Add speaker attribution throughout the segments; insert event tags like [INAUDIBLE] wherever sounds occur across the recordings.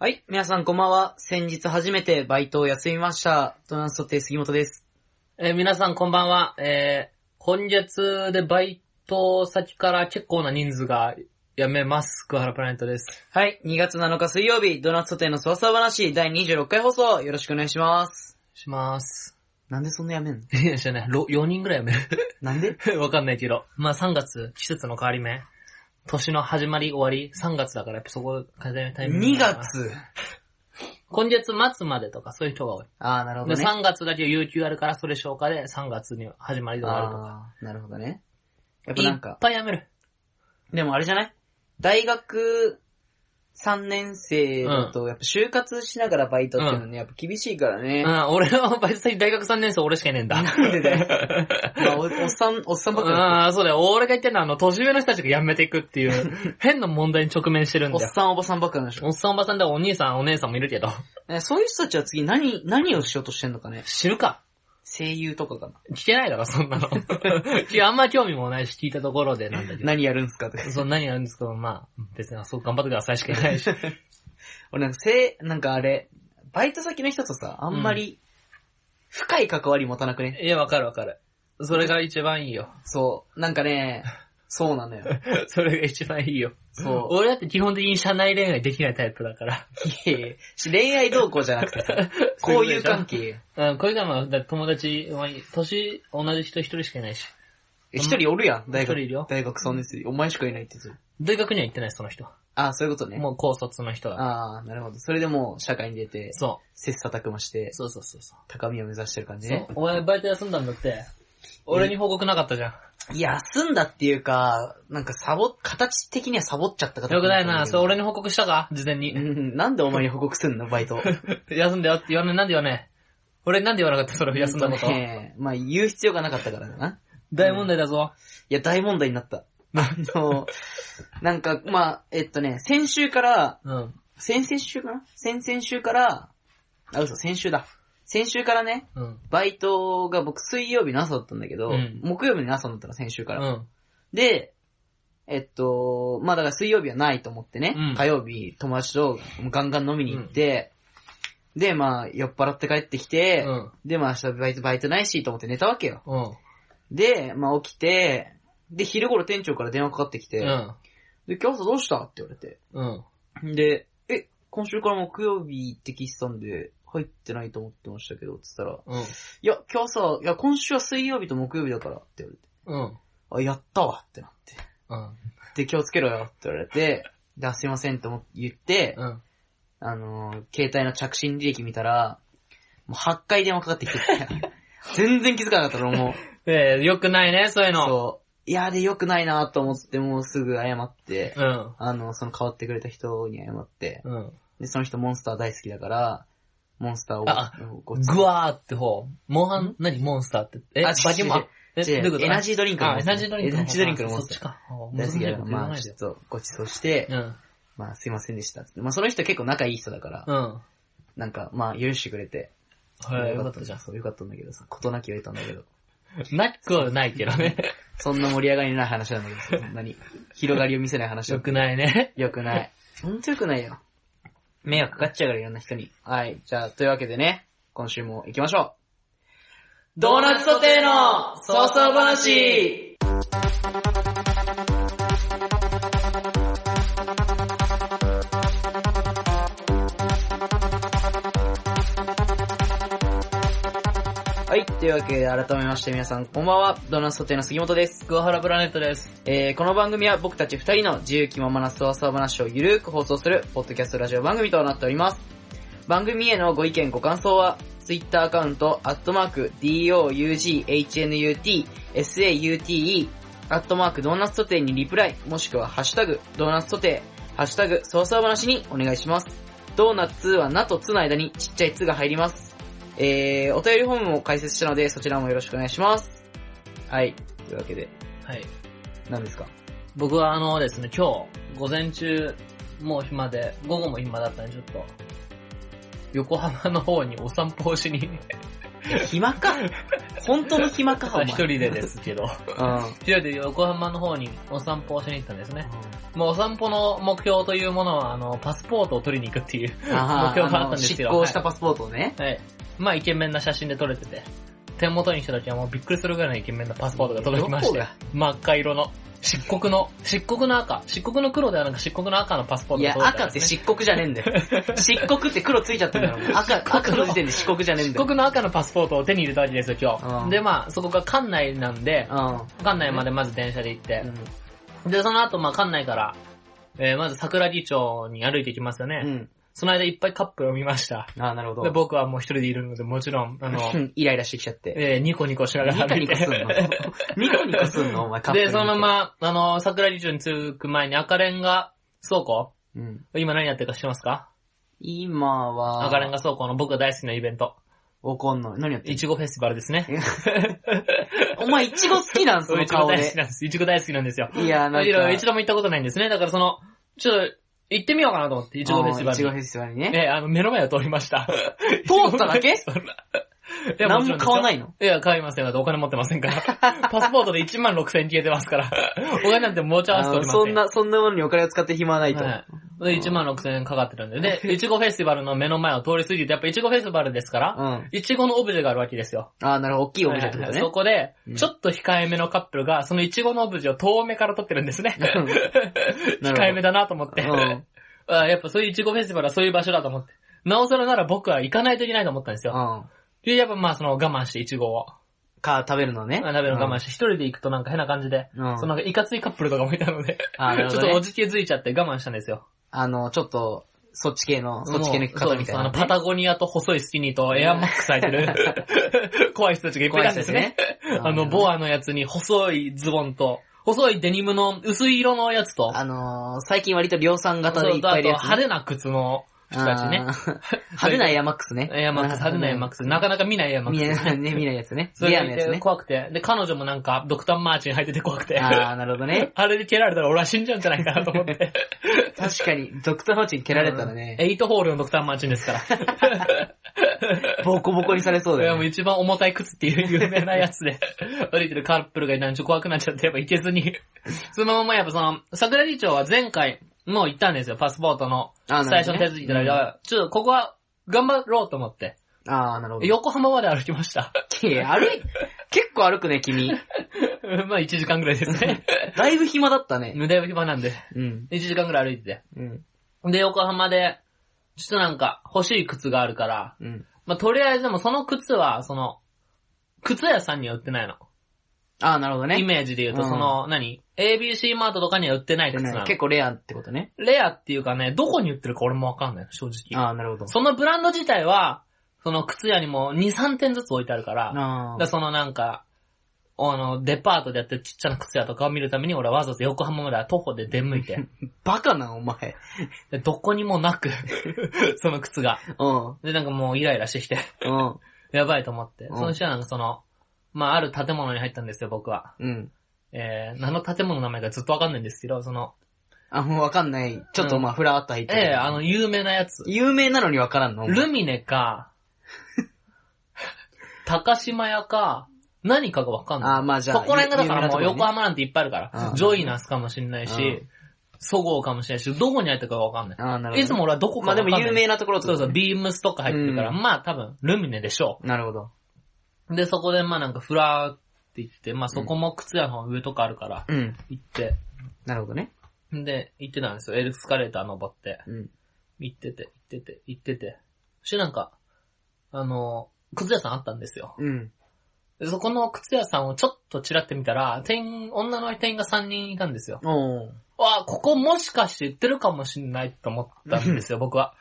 Speaker 1: はい、皆さんこんばんは。先日初めてバイトを休みました。トランスソテ杉本です。
Speaker 2: えー皆さんこんばんは。えー今月でバイト先から結構な人数が辞めます。桑原プラネットです。
Speaker 1: はい、2月7日水曜日、ドーナツソテーのそわそわ話第26回放送、よろしくお願いします。
Speaker 2: します。 [LAUGHS]
Speaker 1: なんでそんなやめんの
Speaker 2: いや、知らない。ろ4人ぐらい辞め
Speaker 1: なん [LAUGHS] で
Speaker 2: る。 [LAUGHS] わかんないけど。まあ3月、季節の変わり目。年の始まり終わり、3月だからやっぱそこ、風邪のタイミ
Speaker 1: ?2。
Speaker 2: ング。
Speaker 1: 月。
Speaker 2: 今月末までとかそういう人が多い。
Speaker 1: あー、なるほ
Speaker 2: で
Speaker 1: どね。
Speaker 2: 3月だけ有給あるからそれ消化で3月に始まりで終わるとか。
Speaker 1: あー、なるほどね。やっぱ
Speaker 2: い
Speaker 1: なん
Speaker 2: っ
Speaker 1: か、
Speaker 2: ぱい辞める。
Speaker 1: でもあれじゃない大学3年生だと、やっぱ就活しながらバイトっていうのね、やっぱ厳しいからね。
Speaker 2: うん、俺はバイト先大学3年生俺しかいね
Speaker 1: [LAUGHS]
Speaker 2: えんだ。
Speaker 1: なんでだよ。まあおおっさん、おっさんばっかりだ
Speaker 2: ああ、そうだよ。俺が言ってるのは、あの、年上の人たちが辞めていくって [LAUGHS] いう、変な問題に直面してるん
Speaker 1: おっ
Speaker 2: だよ。
Speaker 1: さんおばさんばっかりの人
Speaker 2: おっさんおばさんでお兄さんお姉さんもいるけど。
Speaker 1: えそういう人たちは次何、何をしようとしてんのかね
Speaker 2: 知るか。
Speaker 1: 声優とかかな
Speaker 2: 聞けないだろ、そん [LAUGHS] なの。いや、あんま興味もないし、聞いたところでなんだけど。
Speaker 1: 何やるんすかと
Speaker 2: [LAUGHS]
Speaker 1: か。
Speaker 2: そんなにあるんですけど、まあ、別に、そう頑張ってくださいしか言えないし。
Speaker 1: [LAUGHS] 俺なんかせい、なんかあれ、バイト先の人とさ、あんまり、深い関わり持たなくね、
Speaker 2: いや、わかるわかる。それが一番いいよ。
Speaker 1: そう、なんかね、そうなのよ。
Speaker 2: それが一番いいよ。
Speaker 1: そ
Speaker 2: 俺だって基本的に社内恋愛できないタイプだから。
Speaker 1: う。いやいや恋愛動向じゃなくて
Speaker 2: [LAUGHS]
Speaker 1: さ、こういう関係。
Speaker 2: うん、これがまあ、だって友達、まあ年同じ人一人しかいないし。
Speaker 1: え一人おるやん、大
Speaker 2: 一人いる
Speaker 1: 学
Speaker 2: よ。
Speaker 1: 大学3年生。お前しかいないって言って
Speaker 2: 大学には行ってない、その人。
Speaker 1: ああ、そういうことね。
Speaker 2: もう高卒の人だ。
Speaker 1: ああ、なるほど。それでもう社会に出て、
Speaker 2: そ
Speaker 1: 切磋琢磨して
Speaker 2: う。、そうそうそうそう。
Speaker 1: 高みを目指してる感じ
Speaker 2: そう
Speaker 1: ね。
Speaker 2: お前バイト休んだんだって。俺に報告なかったじゃん。
Speaker 1: 休んだっていうか、なんかサボ、形的にはサボっちゃったか
Speaker 2: よくないな。それ俺に報告したか事前
Speaker 1: う
Speaker 2: に。
Speaker 1: ん、なんでお前に報告すんの、バイト。
Speaker 2: 休んだよって言わない。なんで言わない俺なんで言わなかったそれを [LAUGHS] 休んだこと
Speaker 1: ほ。とねまあ言う必要がなかったからだな。
Speaker 2: 大問題だぞ。
Speaker 1: いや、大問題になった。あの、なんか、まあ、えっとね、先週から、
Speaker 2: うん。
Speaker 1: 先々週かな先々週から、あ、嘘、先週だ。先週からね、
Speaker 2: うん。
Speaker 1: バイトが僕水曜日の朝だったんだけど、
Speaker 2: うん
Speaker 1: 木曜日の朝だったら先週か
Speaker 2: う
Speaker 1: ら。
Speaker 2: ん。
Speaker 1: で、えっと、まあだから水曜日はないと思ってね、
Speaker 2: うん
Speaker 1: 火曜日友達とガンガン飲みに行って、で、まあ酔っ払って帰ってきて、
Speaker 2: うん。
Speaker 1: で、まあ明日バイト、バイトないしと思って寝たわけよ。
Speaker 2: うん。
Speaker 1: で、まあ起きて、で、昼頃店長から電話かかってきて、
Speaker 2: うん。
Speaker 1: で、今日朝どうしたって言われて。
Speaker 2: うん。
Speaker 1: で、え、今週から木曜日って聞いてたんで、入ってないと思ってましたけど、つったら、
Speaker 2: うん。
Speaker 1: いや、今日朝、いや、今週は水曜日と木曜日だからって言われて、
Speaker 2: うん。
Speaker 1: あ、やったわってなって。
Speaker 2: うん。
Speaker 1: で、気をつけろよって言われて、で、あすいませんって思って言って、
Speaker 2: うん。
Speaker 1: あのー携帯の着信履歴見たら、もう8回電話かかってき [LAUGHS] て、全然気づかなかったの、もう。
Speaker 2: えー、よくないね、そういうの。
Speaker 1: そう。いや、で、良くないなと思って、もうすぐ謝って、
Speaker 2: うん。
Speaker 1: あの、その変わってくれた人に謝って、
Speaker 2: うん。
Speaker 1: で、その人モンスター大好きだから、モンスターを
Speaker 2: あ
Speaker 1: ごち
Speaker 2: グワーって方。モンハン、何モンスターって。え、
Speaker 1: あ
Speaker 2: バ
Speaker 1: 違う
Speaker 2: ケモ
Speaker 1: 違う
Speaker 2: ン。え、どう
Speaker 1: 違う
Speaker 2: いうこと
Speaker 1: エナジードリンクの
Speaker 2: あエナジードリンク
Speaker 1: エナジードリンクのモンス
Speaker 2: そっちか。
Speaker 1: 大好きだから、ま
Speaker 2: あ
Speaker 1: あ、
Speaker 2: 難し
Speaker 1: ち
Speaker 2: い
Speaker 1: ょ
Speaker 2: こ
Speaker 1: っとごちそうして、
Speaker 2: と言わないでよ
Speaker 1: まあ、すいませんでしたっつって。まあ、その人結構仲いい人だから、
Speaker 2: うん。
Speaker 1: なんか、まあ、許してくれて、
Speaker 2: うん。はい、よかったじゃん。
Speaker 1: そう、よかったんだけどさ、事なきを得たんだけど。
Speaker 2: なくはないけどね。
Speaker 1: そんな盛り上がりのない話なんだけど、そんなに。広がりを見せない話だ
Speaker 2: よくないね。
Speaker 1: よくない。ほんとよくないよ。迷惑かかっちゃうからいろんな人に。はい。じゃあ、というわけでね、今週も行きましょう。ドーナツソテーの早々話はい。というわけで、改めまして皆さん、こんばんは。ドーナツソテーの杉本です。
Speaker 2: 桑原プラネットです。
Speaker 1: えーこの番組は僕たち二人の自由気ままなそわそわ話をゆるーく放送するポッドキャストラジオ番組となっております。番組へのご意見ご感想は、Twitter アカウント、アットマーク、DOUGHNUT、SAUTE、アットマーク、ドーナツソテーにリプライ、もしくは、ハッシュタグ、ドーナツソテー、ハッシュタグ、そわそわ話にお願いします。ドーナツはなとつの間にちっちゃいつが入ります。えー、お便りフォームも解説したので、そちらもよろしくお願いします。はい。というわけで、
Speaker 2: はい。
Speaker 1: 何ですか
Speaker 2: 僕はあのですね、今日、午前中、もう暇で、午後も暇だったんで、ちょっと、横浜の方にお散歩をしに、 [LAUGHS]
Speaker 1: 暇か本当の暇か、お前。
Speaker 2: [LAUGHS] 一人でですけど、
Speaker 1: うん。
Speaker 2: 一人で横浜の方にお散歩をしに行ったんですね。もうお散歩の目標というものは、あの、パスポートを取りに行くっていう。
Speaker 1: あ
Speaker 2: 目
Speaker 1: ー
Speaker 2: 標があったんですけど
Speaker 1: あの執行したパスポートをね。
Speaker 2: はい。まあ、イケメンな写真で撮れてて。手元に人たちはもうびっくりするぐらいのイケメンなパスポートが届きまし
Speaker 1: ど
Speaker 2: て
Speaker 1: こ。
Speaker 2: 真っ赤色の、漆黒の、漆黒の赤。漆黒の黒ではなく漆黒の赤のパスポー
Speaker 1: い
Speaker 2: トが
Speaker 1: や、
Speaker 2: 届い
Speaker 1: 赤
Speaker 2: た
Speaker 1: っ
Speaker 2: んで
Speaker 1: て
Speaker 2: す、ね。
Speaker 1: 漆黒じゃねえんだ
Speaker 2: [LAUGHS]
Speaker 1: よ。漆黒って黒ついちゃってるんだろ。もう赤、赤の時点で漆黒じゃねえん
Speaker 2: 漆
Speaker 1: だよ。
Speaker 2: 黒の赤のパスポートを手に入れたわけですよ、今
Speaker 1: うん
Speaker 2: 日。で、まあ、そこが館内なんで、館内までまず電車で行って
Speaker 1: う。ん。
Speaker 2: で、その後、まあ、館内から、えー、まず桜木町に歩いていきますよね。
Speaker 1: うん。
Speaker 2: その間いっぱいカップルを見ました。
Speaker 1: あー、なるほ
Speaker 2: で、
Speaker 1: ど。
Speaker 2: 僕はもう一人でいるので、もちろん、あの、
Speaker 1: [LAUGHS] イライラしてきちゃって。
Speaker 2: えー、ニコニコしなが
Speaker 1: ニ
Speaker 2: ら
Speaker 1: コ
Speaker 2: 歩い
Speaker 1: ニ
Speaker 2: て
Speaker 1: コすんのニコニコすんのお前、カップル
Speaker 2: で、そのまま、あの、桜木町に着く前に赤レンガ倉庫
Speaker 1: 見て。うん。
Speaker 2: 今何やってるか知ってますか
Speaker 1: 今は、
Speaker 2: 赤レンガ倉庫の僕が大好きなイベント。
Speaker 1: わかんない。何やってん
Speaker 2: い
Speaker 1: の
Speaker 2: ちごフェスティバルですね。
Speaker 1: お前、いちご好きなんそ
Speaker 2: そう、 [LAUGHS]
Speaker 1: の
Speaker 2: いちご
Speaker 1: 顔
Speaker 2: 大好き
Speaker 1: で。
Speaker 2: なんです。いちご大好きなんですよ。
Speaker 1: いや、なん
Speaker 2: いろいろ
Speaker 1: か、
Speaker 2: 一度も行ったことないんですね。だからその、ちょっと、行ってみようかなと思って、いちごフェスティ
Speaker 1: いちご
Speaker 2: バ
Speaker 1: フェ
Speaker 2: ルに。
Speaker 1: スティバルね。
Speaker 2: ええ、あの、目の前を通りました。
Speaker 1: 通っただけ
Speaker 2: そらいや。
Speaker 1: 何も買わないいの
Speaker 2: いや、買いません。だってお金持ってませ
Speaker 1: [LAUGHS]
Speaker 2: んから。パスポートで1万6千円消えてますから。お金なんて持ち合わせておりません。
Speaker 1: そんな、そんなものにお金を使って暇はないと。
Speaker 2: はい。で、1万6千円かかってるんで。で、いちごフェスティバルの目の前を通り過ぎて、やっぱいちごフェスティバルですか
Speaker 1: う
Speaker 2: ら、
Speaker 1: ん。
Speaker 2: いちごのオブジェがあるわけですよ。
Speaker 1: あー、なるほど。大きいお店ってこと
Speaker 2: はい
Speaker 1: ね
Speaker 2: そ。こで
Speaker 1: うん、
Speaker 2: ちょっと控えめのカップルが、そのいちごのオブジェを遠目から撮ってるんです [LAUGHS] ね。
Speaker 1: うんなるほど
Speaker 2: 控えめだなと思って。
Speaker 1: うん
Speaker 2: あやっぱそういういちごフェスティバルはそういう場所だと思って。なおさらなら僕は行かないといけないと思ったんです
Speaker 1: うん。
Speaker 2: よ。で、やっぱまあその我慢していちごを、
Speaker 1: か、食べるのね。
Speaker 2: 鍋の我慢
Speaker 1: し
Speaker 2: して一人で行くとなんか変な感じで、
Speaker 1: て。うん。
Speaker 2: そのなんかいかついカップルとかもいたので、
Speaker 1: あー、なる
Speaker 2: ち
Speaker 1: ほ
Speaker 2: ょ
Speaker 1: ど
Speaker 2: っと
Speaker 1: ね。
Speaker 2: おじけづいちゃって我慢したんですよ。
Speaker 1: あの、ちょっと、そっち系の、そっち系の
Speaker 2: も
Speaker 1: 方
Speaker 2: うそう
Speaker 1: みた
Speaker 2: で
Speaker 1: い
Speaker 2: すあ
Speaker 1: な
Speaker 2: の、
Speaker 1: ね。
Speaker 2: パタゴニアと細いスキニーとエアマックス履いて
Speaker 1: [LAUGHS]
Speaker 2: る、怖い人たちがいっぱいいたんですね。
Speaker 1: 怖い人たちね
Speaker 2: あの、ボアのやつに細いズボンと、細いデニムの薄い色のやつと、
Speaker 1: あのー、最近割と量産型でいっぱいいる
Speaker 2: そう
Speaker 1: や
Speaker 2: あ
Speaker 1: つ
Speaker 2: と
Speaker 1: ね。
Speaker 2: 派手な靴の人たちね。
Speaker 1: あー派手なエアマックスね。
Speaker 2: [LAUGHS] エアマックス、派手なエアマックス。なかなか見ないエアマッ
Speaker 1: 見
Speaker 2: クス。
Speaker 1: ない、ね、見ないやつね。
Speaker 2: [LAUGHS] それ
Speaker 1: レ
Speaker 2: が
Speaker 1: アなやつ
Speaker 2: いて
Speaker 1: ね。
Speaker 2: 怖くて。で、彼女もなんか、ドクターマーチン履いてて怖くて。 [LAUGHS]
Speaker 1: あー、なるほどね。
Speaker 2: あれで蹴られたら俺は死んじゃうんじゃないかなと思って。
Speaker 1: 確かに、ドクターマーチン [LAUGHS] 蹴られたらね、
Speaker 2: [LAUGHS] エイトホールのドクターマーチンですから。
Speaker 1: ボコボコにされそう
Speaker 2: い
Speaker 1: だ
Speaker 2: や
Speaker 1: よ
Speaker 2: もう
Speaker 1: ね。
Speaker 2: 一番重たい靴っていう有名なや
Speaker 1: [LAUGHS]
Speaker 2: つで、歩いてるカップルがいたんでちょっと怖くなっちゃって、やっぱ行けずに。そのままやっぱその、桜木町は前回、もう行ったんですよ、パスポートの。
Speaker 1: あ
Speaker 2: 最初の手続きだから、ちょっとここは、頑張ろうと思って。
Speaker 1: あー、なるほど。
Speaker 2: 横浜まで歩きました。 [LAUGHS]
Speaker 1: いや歩い、結構歩くね、君。
Speaker 2: まあ1時間ぐらいですね。
Speaker 1: だいぶ暇だったね。
Speaker 2: 無駄暇なんで。
Speaker 1: うん。
Speaker 2: 1時間ぐらい歩いて
Speaker 1: うん。
Speaker 2: て。で、横浜で、ちょっとなんか欲しい靴があるから、
Speaker 1: うん。
Speaker 2: まあとりあえずでもその靴は、その、靴屋さんには売ってないの。
Speaker 1: あー、なるほど
Speaker 2: イ
Speaker 1: ね。
Speaker 2: メージで言うと、
Speaker 1: うん
Speaker 2: その、何 ?ABC マートとかには売ってない靴なの。
Speaker 1: 結構レアってことね。
Speaker 2: レアっていうかね、どこに売ってるか俺もわかんないの、正直。
Speaker 1: あー、なるほど。
Speaker 2: そのブランド自体は、その靴屋にも2、3点ずつ置いてあるから、だか
Speaker 1: あ
Speaker 2: らそのなんか、あの、デパートでやってるちっちゃな靴屋とかを見るために俺はわざわざ横浜まで徒歩で出向いて、
Speaker 1: [LAUGHS] バカな、お前。
Speaker 2: でどこにもな
Speaker 1: [LAUGHS]
Speaker 2: く、その靴が。
Speaker 1: うん。
Speaker 2: で、なんかもうイライラしてき [LAUGHS] て、
Speaker 1: うん。
Speaker 2: やばいと思って。
Speaker 1: うん
Speaker 2: その人はなんかその、まあある建物に入ったんですよ、僕は。
Speaker 1: うん。
Speaker 2: えー、何の建物の名前かずっとわかんないんですけど、その、
Speaker 1: あ、もうわかんない。ちょっとまあ、フラーっと入ってる。
Speaker 2: ええあの、有名なやつ。
Speaker 1: 有名なのにわからんの
Speaker 2: ルミ
Speaker 1: [LAUGHS]
Speaker 2: ネか、高島屋か、何かがわかんない。
Speaker 1: あー、まあじゃあ。
Speaker 2: そこら辺がだからもう
Speaker 1: 有名
Speaker 2: 横
Speaker 1: なとこね
Speaker 2: 浜なんていっぱいあるか
Speaker 1: う
Speaker 2: ら、
Speaker 1: ん
Speaker 2: ジョイナスかもしんない
Speaker 1: うん
Speaker 2: し、そごうかもしれないし、どこに入ったかがわかんな
Speaker 1: あー、なるほど
Speaker 2: い。
Speaker 1: ね。
Speaker 2: いつも俺はどこか
Speaker 1: まあ
Speaker 2: わ
Speaker 1: で
Speaker 2: かん
Speaker 1: も
Speaker 2: ない。
Speaker 1: 有名なところって
Speaker 2: そ
Speaker 1: こ
Speaker 2: うそ
Speaker 1: と
Speaker 2: う、
Speaker 1: ね
Speaker 2: ビームスとか入ってるから、
Speaker 1: うん
Speaker 2: まあ多分、ルミネでしょ
Speaker 1: なるほど。
Speaker 2: う。で、そこでまあなんかフラーって行って、まあそこも靴屋の上とかあるから、
Speaker 1: うん。
Speaker 2: 行って、
Speaker 1: なるほどね。
Speaker 2: で、行ってたんですよ。エルスカレーター登って。
Speaker 1: うん。
Speaker 2: 行ってて、行ってて、行ってて。そしてなんか、あの、靴屋さんあったんですよ。
Speaker 1: うん。
Speaker 2: でそこの靴屋さんをちょっとちらってみたら、店員、女の店員が3人いたんですよ。
Speaker 1: おー
Speaker 2: わあ、ここもしかして売ってるかもしんないと思った
Speaker 1: [LAUGHS]
Speaker 2: んですよ、僕は。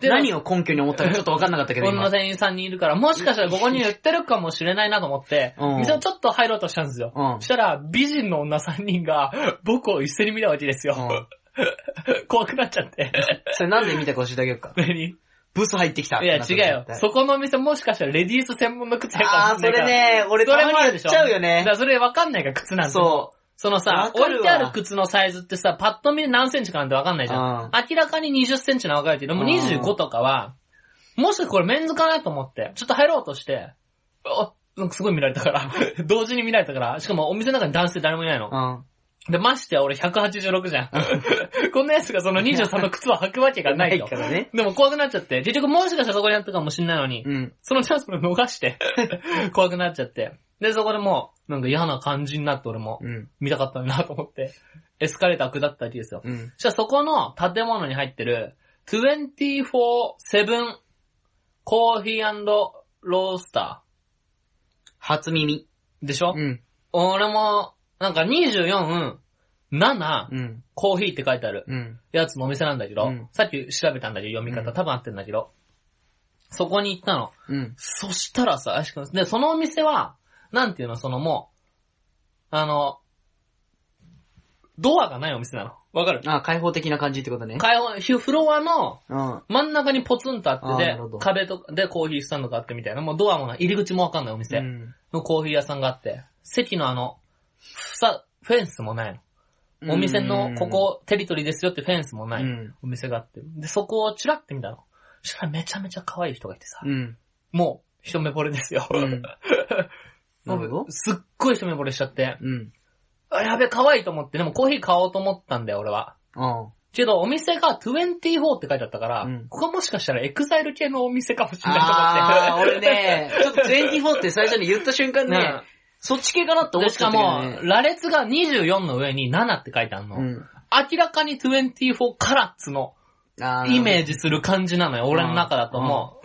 Speaker 2: で、
Speaker 1: 何
Speaker 2: を
Speaker 1: を根拠に思ったかちょっとわかんなか [LAUGHS] ったけど、
Speaker 2: 女の
Speaker 1: 今。
Speaker 2: 店員3人いるから、もしかしたらここに売ってるかもしれないなと思って、
Speaker 1: うん
Speaker 2: 店をちょっと入ろうとしたんですよ。
Speaker 1: うん
Speaker 2: そしたら、美人の女3人が僕を一斉に見たわけですよ。
Speaker 1: うん
Speaker 2: [LAUGHS] 怖くなっちゃって。
Speaker 1: それなんで見たか教えてあげようか。
Speaker 2: 何
Speaker 1: ブス入ってきた。
Speaker 2: [LAUGHS] いや、違うよ。
Speaker 1: そ
Speaker 2: そこのお店もしかしたらレディース専門の靴屋か
Speaker 1: あ
Speaker 2: も
Speaker 1: ー、
Speaker 2: し
Speaker 1: そ
Speaker 2: れな
Speaker 1: れ
Speaker 2: いから。
Speaker 1: ね、俺
Speaker 2: そ
Speaker 1: た
Speaker 2: れ
Speaker 1: まに
Speaker 2: もある
Speaker 1: やっ
Speaker 2: でし
Speaker 1: ち
Speaker 2: ょ
Speaker 1: ゃうよ
Speaker 2: だか
Speaker 1: ね。
Speaker 2: らそれわかんないから、靴なんて。。
Speaker 1: そう
Speaker 2: そのさ
Speaker 1: わ、か
Speaker 2: 置
Speaker 1: るわ
Speaker 2: いてある靴のサイズってさ、パッと見で何センチかなんてわかんないじゃん。
Speaker 1: うん
Speaker 2: 明らかに20センチな分かるけど、もう
Speaker 1: うん
Speaker 2: 25とかは、もしかこれメンズかなと思って、ちょっと入ろうとして、あ、なんかすごい見られたから、 [LAUGHS] 同時に見られたから、しかもお店の中に男性誰もいないの。
Speaker 1: うん。
Speaker 2: で、ましてや俺186じゃん。 [LAUGHS] こんな奴がその23の靴を履くわけがないと
Speaker 1: か。らね。
Speaker 2: でも怖くなっちゃって、結局もしかしたらそこにあったかもしんないのに、
Speaker 1: うん。
Speaker 2: そのチャンスを逃
Speaker 1: [LAUGHS]
Speaker 2: して、怖くなっちゃって。で、そこでもう、なんか嫌な感じになって俺も、
Speaker 1: うん。
Speaker 2: 見たかったのになと思って、エスカレーター下ったわけですよ。
Speaker 1: うん。
Speaker 2: そしたらそこの建物に入ってる、24-7コーヒーロースタ
Speaker 1: 初耳。
Speaker 2: ーでしょ、
Speaker 1: うん。
Speaker 2: 俺も、なんか24、7、
Speaker 1: うん。
Speaker 2: コーヒーって書いてある
Speaker 1: うん。
Speaker 2: やつのお店なんだけど、
Speaker 1: うん
Speaker 2: さっき調べたんだけど、読み方、
Speaker 1: うん
Speaker 2: 多分合ってんだけど、そこに行ったの。
Speaker 1: うん。
Speaker 2: そしたらさ、あしかもで、そのお店は、なんていうの、そのもう、あの、ドアがないお店なの。わかる
Speaker 1: あ、開放的な感じってことね。
Speaker 2: 開放、フロアの
Speaker 1: うん。
Speaker 2: 真ん中にポツンとあって
Speaker 1: あーな
Speaker 2: で
Speaker 1: るほど、
Speaker 2: 壁とかでコーヒースタンドがあってみたいな、もうドアもない、入り口もわかんないお
Speaker 1: う
Speaker 2: 店
Speaker 1: ん。
Speaker 2: のコーヒー屋さんがあって、席のあの、ふさ、フェンスもないの。お店の、ここ、テリトリーですよってフェンスも
Speaker 1: う、
Speaker 2: なんいお店があって、で、そこをチラって見たの。そしたらめちゃめちゃ可愛い人がいてさ
Speaker 1: う、ん。
Speaker 2: もう、一目惚れですよ。 [LAUGHS]
Speaker 1: うん。なるほど。
Speaker 2: すっごい一目惚れしちゃって、
Speaker 1: うん。
Speaker 2: あ、やべ、可愛いと思って、でもコーヒー買おうと思ったんだよ、俺は。
Speaker 1: あ
Speaker 2: けど、お店が24って書いてあったから、
Speaker 1: うん
Speaker 2: ここもしかしたらエクザイル系のお店かも [LAUGHS] しれないと思って。 [LAUGHS]
Speaker 1: あー、俺ね、ちょっと24って最初に言った瞬間ね、そっち系かなって
Speaker 2: うん
Speaker 1: 思
Speaker 2: で
Speaker 1: っ
Speaker 2: し
Speaker 1: ちゃ
Speaker 2: か
Speaker 1: ったけど
Speaker 2: も、
Speaker 1: ね。
Speaker 2: 羅列が24の上に7って書いてあるの。明らかに24カラッツの
Speaker 1: うん。あ
Speaker 2: イメ
Speaker 1: ジ。
Speaker 2: ージする感じなのよ、俺の中だとも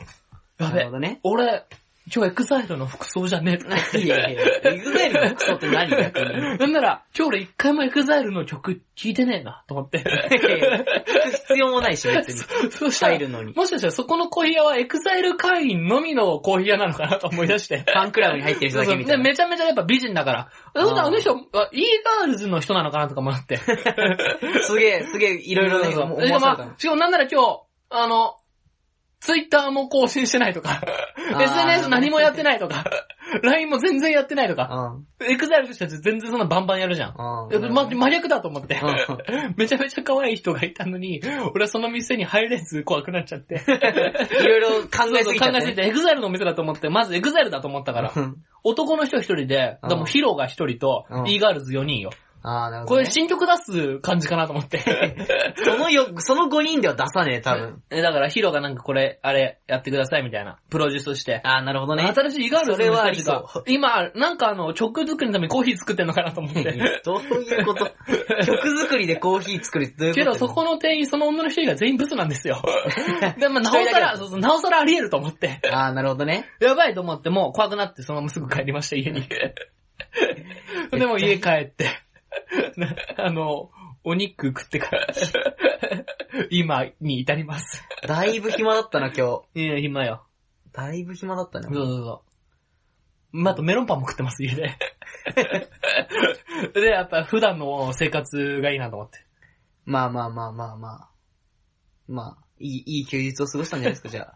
Speaker 2: う。
Speaker 1: な
Speaker 2: や
Speaker 1: るほ
Speaker 2: べ、
Speaker 1: どね。
Speaker 2: 俺、今日エクザイルの服装じゃねえとか言って
Speaker 1: [LAUGHS] いやいや、イグザイルの服装って何逆に。
Speaker 2: なんなら、今日俺一回もエグザイルの曲聴いてねえな、と思
Speaker 1: [LAUGHS]
Speaker 2: って。
Speaker 1: 必要もないし、別に。
Speaker 2: そした
Speaker 1: 入
Speaker 2: ら、
Speaker 1: るのに。
Speaker 2: もしかしたらそこのコーヒー屋はエグザイル会員のみのコーヒー屋なのかなと思い出して。
Speaker 1: ファンクラブに入ってる人
Speaker 2: そう
Speaker 1: だ
Speaker 2: そ
Speaker 1: け
Speaker 2: う
Speaker 1: みた
Speaker 2: で、
Speaker 1: いな。
Speaker 2: めちゃめちゃやっぱ美人だから。
Speaker 1: うん
Speaker 2: そうだ、あの人、あ e ガールズの人なのかなとかもあって。
Speaker 1: すげえ、すげえ、 [LAUGHS] い
Speaker 2: い
Speaker 1: ろいろね、
Speaker 2: そう
Speaker 1: 思
Speaker 2: そう
Speaker 1: わさ
Speaker 2: しか
Speaker 1: れ
Speaker 2: も
Speaker 1: たの
Speaker 2: まあ、。しかもなんなら今日、あの、ツイッターも更新してないとか、
Speaker 1: ー
Speaker 2: SNS 何もやってないとか、LINE も全然やってないとか、
Speaker 1: うん。
Speaker 2: エグザイルの人たち全然そんなバンバンやるじゃん。
Speaker 1: うん。
Speaker 2: いやま、真逆だと思って。
Speaker 1: う
Speaker 2: [LAUGHS] めちゃめちゃ可愛い人がいたのに、俺はその店に入れず怖くなっち
Speaker 1: [LAUGHS]
Speaker 2: ゃって。
Speaker 1: んいろいろ考えすぎち
Speaker 2: そ
Speaker 1: ゃっ
Speaker 2: うそう考
Speaker 1: た
Speaker 2: えすぎ
Speaker 1: ね。
Speaker 2: て、エグザイルのお店だと思って、まずエグザイルだと思ったから。
Speaker 1: うん
Speaker 2: 男の人一人で、
Speaker 1: うん
Speaker 2: でもヒロが一人と
Speaker 1: う、ん
Speaker 2: e ガールズ4人よ。
Speaker 1: あー、なるほ
Speaker 2: こ
Speaker 1: ど
Speaker 2: れ
Speaker 1: ね。
Speaker 2: 新曲出す感じかなと思って。
Speaker 1: そのよ、その5人では出さねえ、多分。
Speaker 2: [LAUGHS] えだからヒロがなんかこれ、あれ、やってくださいみたいな、プロデュースして。
Speaker 1: あー、なるほどね。
Speaker 2: 新しい e ガールズの人たち
Speaker 1: それは
Speaker 2: が
Speaker 1: ありそ、
Speaker 2: 今、なんかあの、曲作りのためにコーヒー作ってんのかなと
Speaker 1: [LAUGHS]
Speaker 2: 思って。
Speaker 1: どういうこと
Speaker 2: [LAUGHS]
Speaker 1: 曲作りでコーヒー作るってどういうこ
Speaker 2: け
Speaker 1: と
Speaker 2: ど、そこの店員、その女の人以外全員ブスなんです [LAUGHS] よ。で、まあ、なお
Speaker 1: 一人だ
Speaker 2: さ
Speaker 1: けだ
Speaker 2: ら、そうそうなおさらあり得ると思って。
Speaker 1: あー、なるほどね。
Speaker 2: やばいと思って、もう怖くなって、そのまますぐ帰りました、家 [LAUGHS] に。でも家帰って、あの、お肉食ってから、今に至ります。
Speaker 1: だいぶ暇だったな、今日。
Speaker 2: いや、暇よ。
Speaker 1: だいぶ暇だったね
Speaker 2: そう。そうそう。まああとメロンパンも食ってます、家 [LAUGHS] で。で、やっぱ普段の生活がいいなと思って。
Speaker 1: まあまあまあまあまあ。まあ、いい、いい休日を過ごしたんじゃないですか、じゃあ。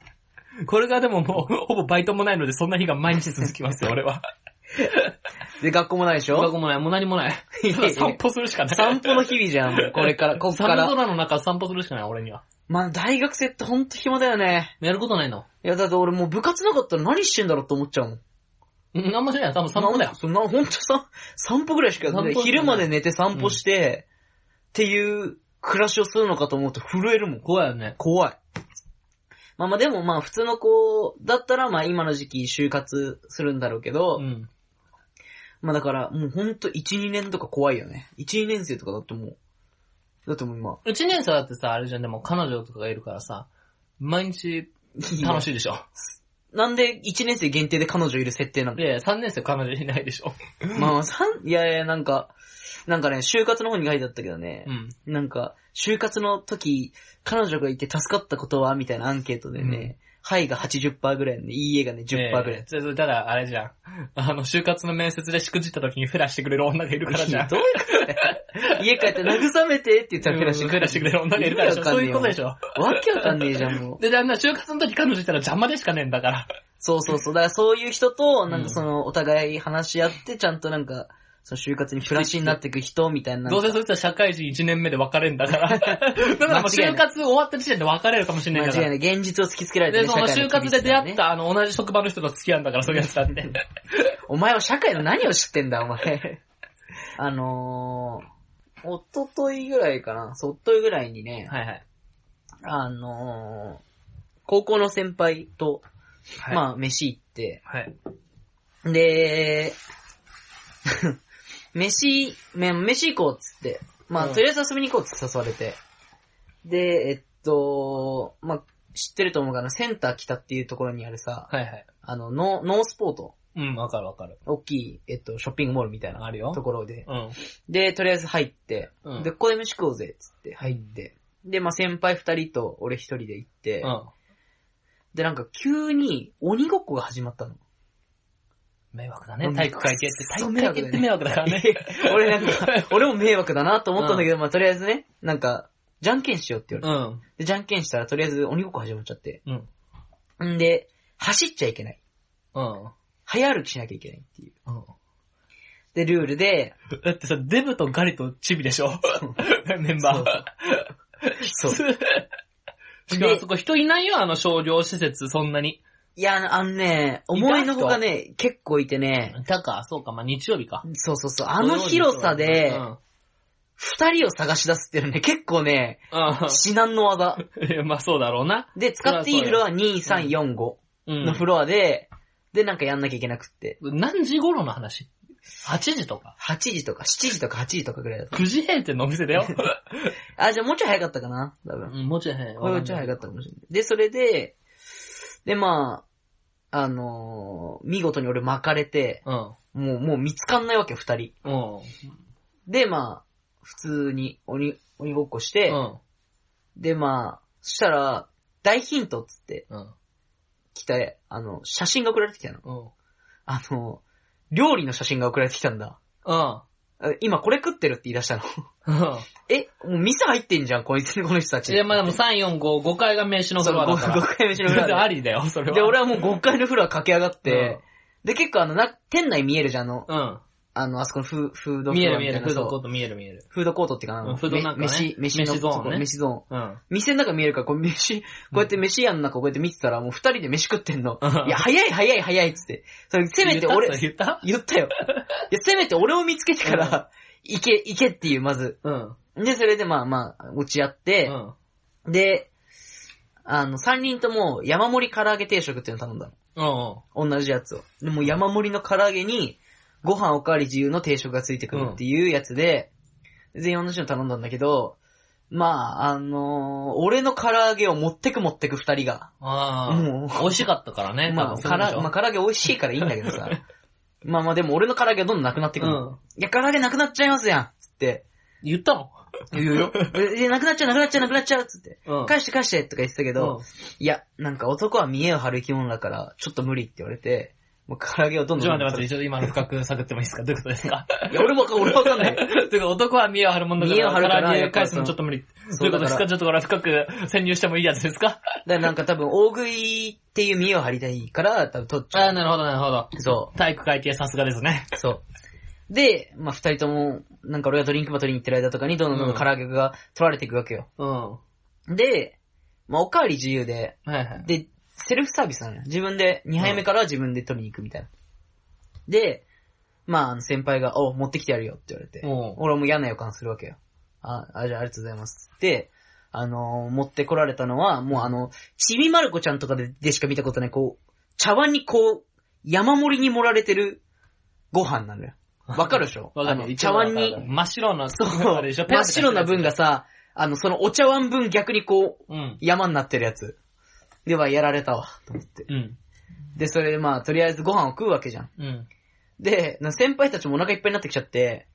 Speaker 2: これがでももう、ほぼバイトもないので、そんな日が毎日続きますよ、俺は。
Speaker 1: で、学校もないでし
Speaker 2: 学
Speaker 1: ょ
Speaker 2: 校もない、もう何もない。ただ散歩するしかない。
Speaker 1: 散歩の日々じゃん、
Speaker 2: [LAUGHS]
Speaker 1: もうこれから、こっか
Speaker 2: 寒
Speaker 1: ら。
Speaker 2: 空の中散歩するしかない、俺には。
Speaker 1: まあ、大学生ってほんと暇だよね。
Speaker 2: やることないの。
Speaker 1: いや、だって俺もう部活なかったら何してんだろうって思っちゃうもん。
Speaker 2: うん、あんましないよ。多分散歩だよ。
Speaker 1: そんな、ほんとさ、散歩ぐらいしか、
Speaker 2: 散歩しかない
Speaker 1: 昼まで寝て散歩して、っていう暮らしをするのかと思うと震えるもん。
Speaker 2: 怖いよね。
Speaker 1: 怖い。まあまあでもまあ普通の子だったらまあ今の時期就活するんだろうけど、
Speaker 2: うん。
Speaker 1: まあだからもうほんと1、2年とか怖いよね。1、2年生とかだってもう、だってもう今、
Speaker 2: 一年生だってさ、あれじゃん、でも彼女とかがいるからさ、毎日楽しいでしょ。
Speaker 1: なんで1年生限定で彼女いる設定なの
Speaker 2: いやいや、三年生彼女いないでしょ。
Speaker 1: まあ、さん、いやいや、なんか、なんかね、就活の方に書いてあったけどね
Speaker 2: う、ん。
Speaker 1: なんか、就活の時、彼女がいて助かったことはみたいなアンケートでね、はいが80%ぐらいで、いいえがね、10%ぐら
Speaker 2: ええ
Speaker 1: い。
Speaker 2: それそれただ、あれじゃん。あの、就活の面接でしくじった時にフェラしてくれる女がいるからじゃん。
Speaker 1: どういうことだよ家帰って慰めてって言ったらフェラしてく
Speaker 2: うんフ
Speaker 1: る
Speaker 2: ェラしてくれる女がいるからじゃん。そういうことでしょ。
Speaker 1: わけわかんねえじゃん、もう。
Speaker 2: で、だんだん就活の時彼女いたら邪魔でしかねえんだから。
Speaker 1: そうそうそう。だからそういう人と、なん
Speaker 2: う
Speaker 1: か
Speaker 2: ん
Speaker 1: その、お互い話し合って、ちゃんとなんか、その就活にプラスになっていく人みたいな。
Speaker 2: どうせそいつは社会人1年目で別れんだから。
Speaker 1: [LAUGHS]
Speaker 2: だからもう
Speaker 1: 間違いない
Speaker 2: 就活終わった時点で別れるかもしれない
Speaker 1: 間
Speaker 2: か
Speaker 1: 違い
Speaker 2: ら。
Speaker 1: ない。現実を突きつけられて
Speaker 2: で、
Speaker 1: ね、
Speaker 2: その
Speaker 1: 社会
Speaker 2: 就活
Speaker 1: 厳
Speaker 2: で
Speaker 1: し
Speaker 2: 出
Speaker 1: さをね
Speaker 2: 会っ。た、あの、同じ職場の人と付き合うんだから、そういうやつだって。
Speaker 1: [LAUGHS] お前は社会の何を知ってんだ、お
Speaker 2: [LAUGHS]
Speaker 1: 前。あのー、おとといぐらいかな、そっといぐらいにね、
Speaker 2: はいはい。
Speaker 1: あのー、高校の先輩と、
Speaker 2: ま
Speaker 1: まあ、飯行って、
Speaker 2: あ、はい。
Speaker 1: で、 [LAUGHS] 飯、め飯行こうっつって、まあ、
Speaker 2: うん
Speaker 1: とりあえず遊びに行こうっつって誘われて、で、えっと、まあ、知ってると思うから、センター北っていうところにあるさ、
Speaker 2: はいはい。
Speaker 1: あの、ノーノースポート、
Speaker 2: うん、わかるわかる。
Speaker 1: 大きい、えっと、ショッピングモールみたいな
Speaker 2: あるよ
Speaker 1: と。ころで、
Speaker 2: うん。
Speaker 1: で、とりあえず入って、
Speaker 2: うん
Speaker 1: で、ここで飯食おうぜ、っつって入って、で、まあ先輩二人と俺一人で行って、
Speaker 2: うん。
Speaker 1: で、なんか急に鬼ごっこが始まったの。
Speaker 2: 迷惑だ
Speaker 1: う
Speaker 2: ね、
Speaker 1: ん
Speaker 2: 体育会系って。体
Speaker 1: そう
Speaker 2: 育会系って迷
Speaker 1: 迷
Speaker 2: 惑だからね。
Speaker 1: 俺なん
Speaker 2: [LAUGHS]
Speaker 1: か、俺も迷惑だなと思ったんだけど、まあとりあえずね、なんか、じゃんけんし [LAUGHS] ようって言われて、
Speaker 2: ん。
Speaker 1: で、じゃんけんしたらとりあえず鬼ごっこ始まっちゃって、
Speaker 2: うん。
Speaker 1: んで、走っちゃいけない。
Speaker 2: うん。
Speaker 1: 早歩きしなきゃいけないっていう。
Speaker 2: うん
Speaker 1: で、ルールで、
Speaker 2: だってさ、デブとガリとチビでしょメンバー。
Speaker 1: そう。
Speaker 2: [LAUGHS] しかもそこ人いないよ、あの商業施設、そんなに。
Speaker 1: いや、あのあのね、思いのほかね、結構いてね、
Speaker 2: たか、そうか、まあ、日曜日か。
Speaker 1: そうそうそう、あの広さ
Speaker 2: う
Speaker 1: で、
Speaker 2: ん。
Speaker 1: 二人を探し出すっていうのね、結構ね、
Speaker 2: あ
Speaker 1: 至難の技。
Speaker 2: [LAUGHS] あまあ、そうだろうな。
Speaker 1: で、使っていいフロア2、3、4、5
Speaker 2: う
Speaker 1: の
Speaker 2: ん。
Speaker 1: フロアで、で、なんかやんなきゃいけなくって。
Speaker 2: 何時頃の話 ?8 時とか。
Speaker 1: 8時とか、7時とか8時とかぐらいだった。
Speaker 2: 9時閉店のお
Speaker 1: [LAUGHS]
Speaker 2: 店だよ。
Speaker 1: あ、じゃあもうちょい早かったかな多
Speaker 2: う
Speaker 1: 分。
Speaker 2: ん、もうちょい早い。
Speaker 1: これもうちょい早かったかもしれない。で、それで、で、まあ、あのー見事に俺巻かれて、
Speaker 2: うん。
Speaker 1: もう、もう見つかんないわけよ、二人。
Speaker 2: うん。
Speaker 1: で、まあ、普通に鬼、鬼ごっこして、
Speaker 2: うん。
Speaker 1: で、まあ、そしたら、大ヒントっつって
Speaker 2: うん。
Speaker 1: 来た、あの、写真が送られてきたの。
Speaker 2: うん。
Speaker 1: あの、料理の写真が送られてきたんだ。
Speaker 2: うん。
Speaker 1: あ今これ食ってるって言い出したの。
Speaker 2: うん。
Speaker 1: え、もう店入ってんじゃん、こいつ、この人たち。
Speaker 2: いや、まあでも3、4、5、5階が名刺のフ
Speaker 1: そう
Speaker 2: ロアだから。
Speaker 1: 5回目しのフ
Speaker 2: 全然
Speaker 1: ロア
Speaker 2: ありだよ、それ
Speaker 1: で。
Speaker 2: は。
Speaker 1: で、俺はもう5階のフロア駆け上がって、で、結構あの、な、店内見えるじゃん、あの、
Speaker 2: うん。
Speaker 1: あの、あそこのフーフー
Speaker 2: う
Speaker 1: ド
Speaker 2: ん。
Speaker 1: フ
Speaker 2: 見え
Speaker 1: ロア
Speaker 2: る
Speaker 1: み
Speaker 2: 見
Speaker 1: た
Speaker 2: え
Speaker 1: いな
Speaker 2: る、フード
Speaker 1: そ
Speaker 2: コ
Speaker 1: う
Speaker 2: ート見える見える。
Speaker 1: フードコートっていうかな、
Speaker 2: うんフードなんか
Speaker 1: め
Speaker 2: ね
Speaker 1: 飯、飯の
Speaker 2: 飯ゾーンね
Speaker 1: そう飯ゾーン。
Speaker 2: うん。
Speaker 1: 店の中見えるから、こう飯、こうやって飯屋の中こうやって見てたら、もう二人で飯食ってんの。
Speaker 2: うん
Speaker 1: いや、早い早い早いっつって。それ、せめて俺、
Speaker 2: 言った
Speaker 1: 言った
Speaker 2: [LAUGHS]
Speaker 1: よ。いや、せめて俺を見つけてから、行け、行けっていう、まず。
Speaker 2: うん。
Speaker 1: で、それでまあまあ、落ち合っ
Speaker 2: う
Speaker 1: て、
Speaker 2: ん。
Speaker 1: で、あの、三人とも山盛り唐揚げ定食っていうの頼んだ
Speaker 2: うん。
Speaker 1: の。同じやつを。でもう山盛りの唐揚げに、ご飯おかわり自由の定食がついてくるっていうやつで、全員同じの頼んだんだけど、まあ、あのー俺の唐揚げを持ってく持ってく二人が。
Speaker 2: ああ。
Speaker 1: もう
Speaker 2: 美味しかったからね。
Speaker 1: まあ、
Speaker 2: 多分
Speaker 1: から、まあ、唐揚げ美味しいからいいんだけど
Speaker 2: [LAUGHS]
Speaker 1: さ。まあまあ、でも俺の唐揚げはどんどんなくなってくるの。
Speaker 2: うん
Speaker 1: いや、唐揚げなくなっちゃいますやんつって。
Speaker 2: 言ったの
Speaker 1: 言うよ。え、えなくなっちゃう、なくなっちゃう、なくなっちゃうっつって。
Speaker 2: うん
Speaker 1: 返して返してとか言ってたけ
Speaker 2: う
Speaker 1: ど、いや、なんか男は見栄を張る生き物だから、ちょっと無理って言われて、もう唐揚げをどん
Speaker 2: ん。
Speaker 1: ど
Speaker 2: ち
Speaker 1: ん
Speaker 2: ょっと待って待って、ちょっと今の深く探ってもいいですかどういうことですか
Speaker 1: いや、俺もわか、俺もわかんない。
Speaker 2: というか、男は見栄を張るもんだから、
Speaker 1: 見栄を張るから
Speaker 2: 唐揚げ返すのちょっと無理。どう
Speaker 1: そ
Speaker 2: いううこ
Speaker 1: だ
Speaker 2: と
Speaker 1: か、
Speaker 2: ですから
Speaker 1: だか
Speaker 2: ちょっとこれ深く潜入してもいいやつですから
Speaker 1: なんか多分大食いっていう見栄を張りたいから、多分取っち
Speaker 2: あ
Speaker 1: ゃ
Speaker 2: あ、なるほど、なるほど。
Speaker 1: う。そ
Speaker 2: 体育会系さすがですね。
Speaker 1: う、そう。で、まあ二人とも、なんか俺がドリンクバトルに行ってる間とかにどんどんどんどん唐揚げが取られていくわけよ。
Speaker 2: うん。は
Speaker 1: で、まあおかわり自由で、
Speaker 2: いはい。
Speaker 1: で、セルフサービスなのよ。自分で、2杯目からは自分で取りに行くみたいな。で、まあ、あの先輩が、お、持ってきてやるよって言われて、
Speaker 2: うん
Speaker 1: 俺はもう嫌な予感するわけよ。あ、あじゃあありがとうございますって、あのー持ってこられたのは、もうあの、ちびまる子ちゃんとかででしか見たことない、こう、茶碗にこう、山盛りに盛られてるご飯なのよ。わかるでしょ
Speaker 2: [LAUGHS] わかん
Speaker 1: あ
Speaker 2: な
Speaker 1: の
Speaker 2: い。
Speaker 1: 茶碗に、
Speaker 2: 真っ白な、
Speaker 1: そう、
Speaker 2: あれでしょ
Speaker 1: 真っ白な分。
Speaker 2: ペラペラしてるや
Speaker 1: がさ、あの、そのお茶碗分逆にこう、
Speaker 2: つうん。
Speaker 1: 山になってるやつ。では、やられたわ、と思って。
Speaker 2: うん。
Speaker 1: で、それでまあ、とりあえずご飯を食うわけじゃん。
Speaker 2: うん。
Speaker 1: で、な先輩たちもお腹いっぱいになってきちゃって、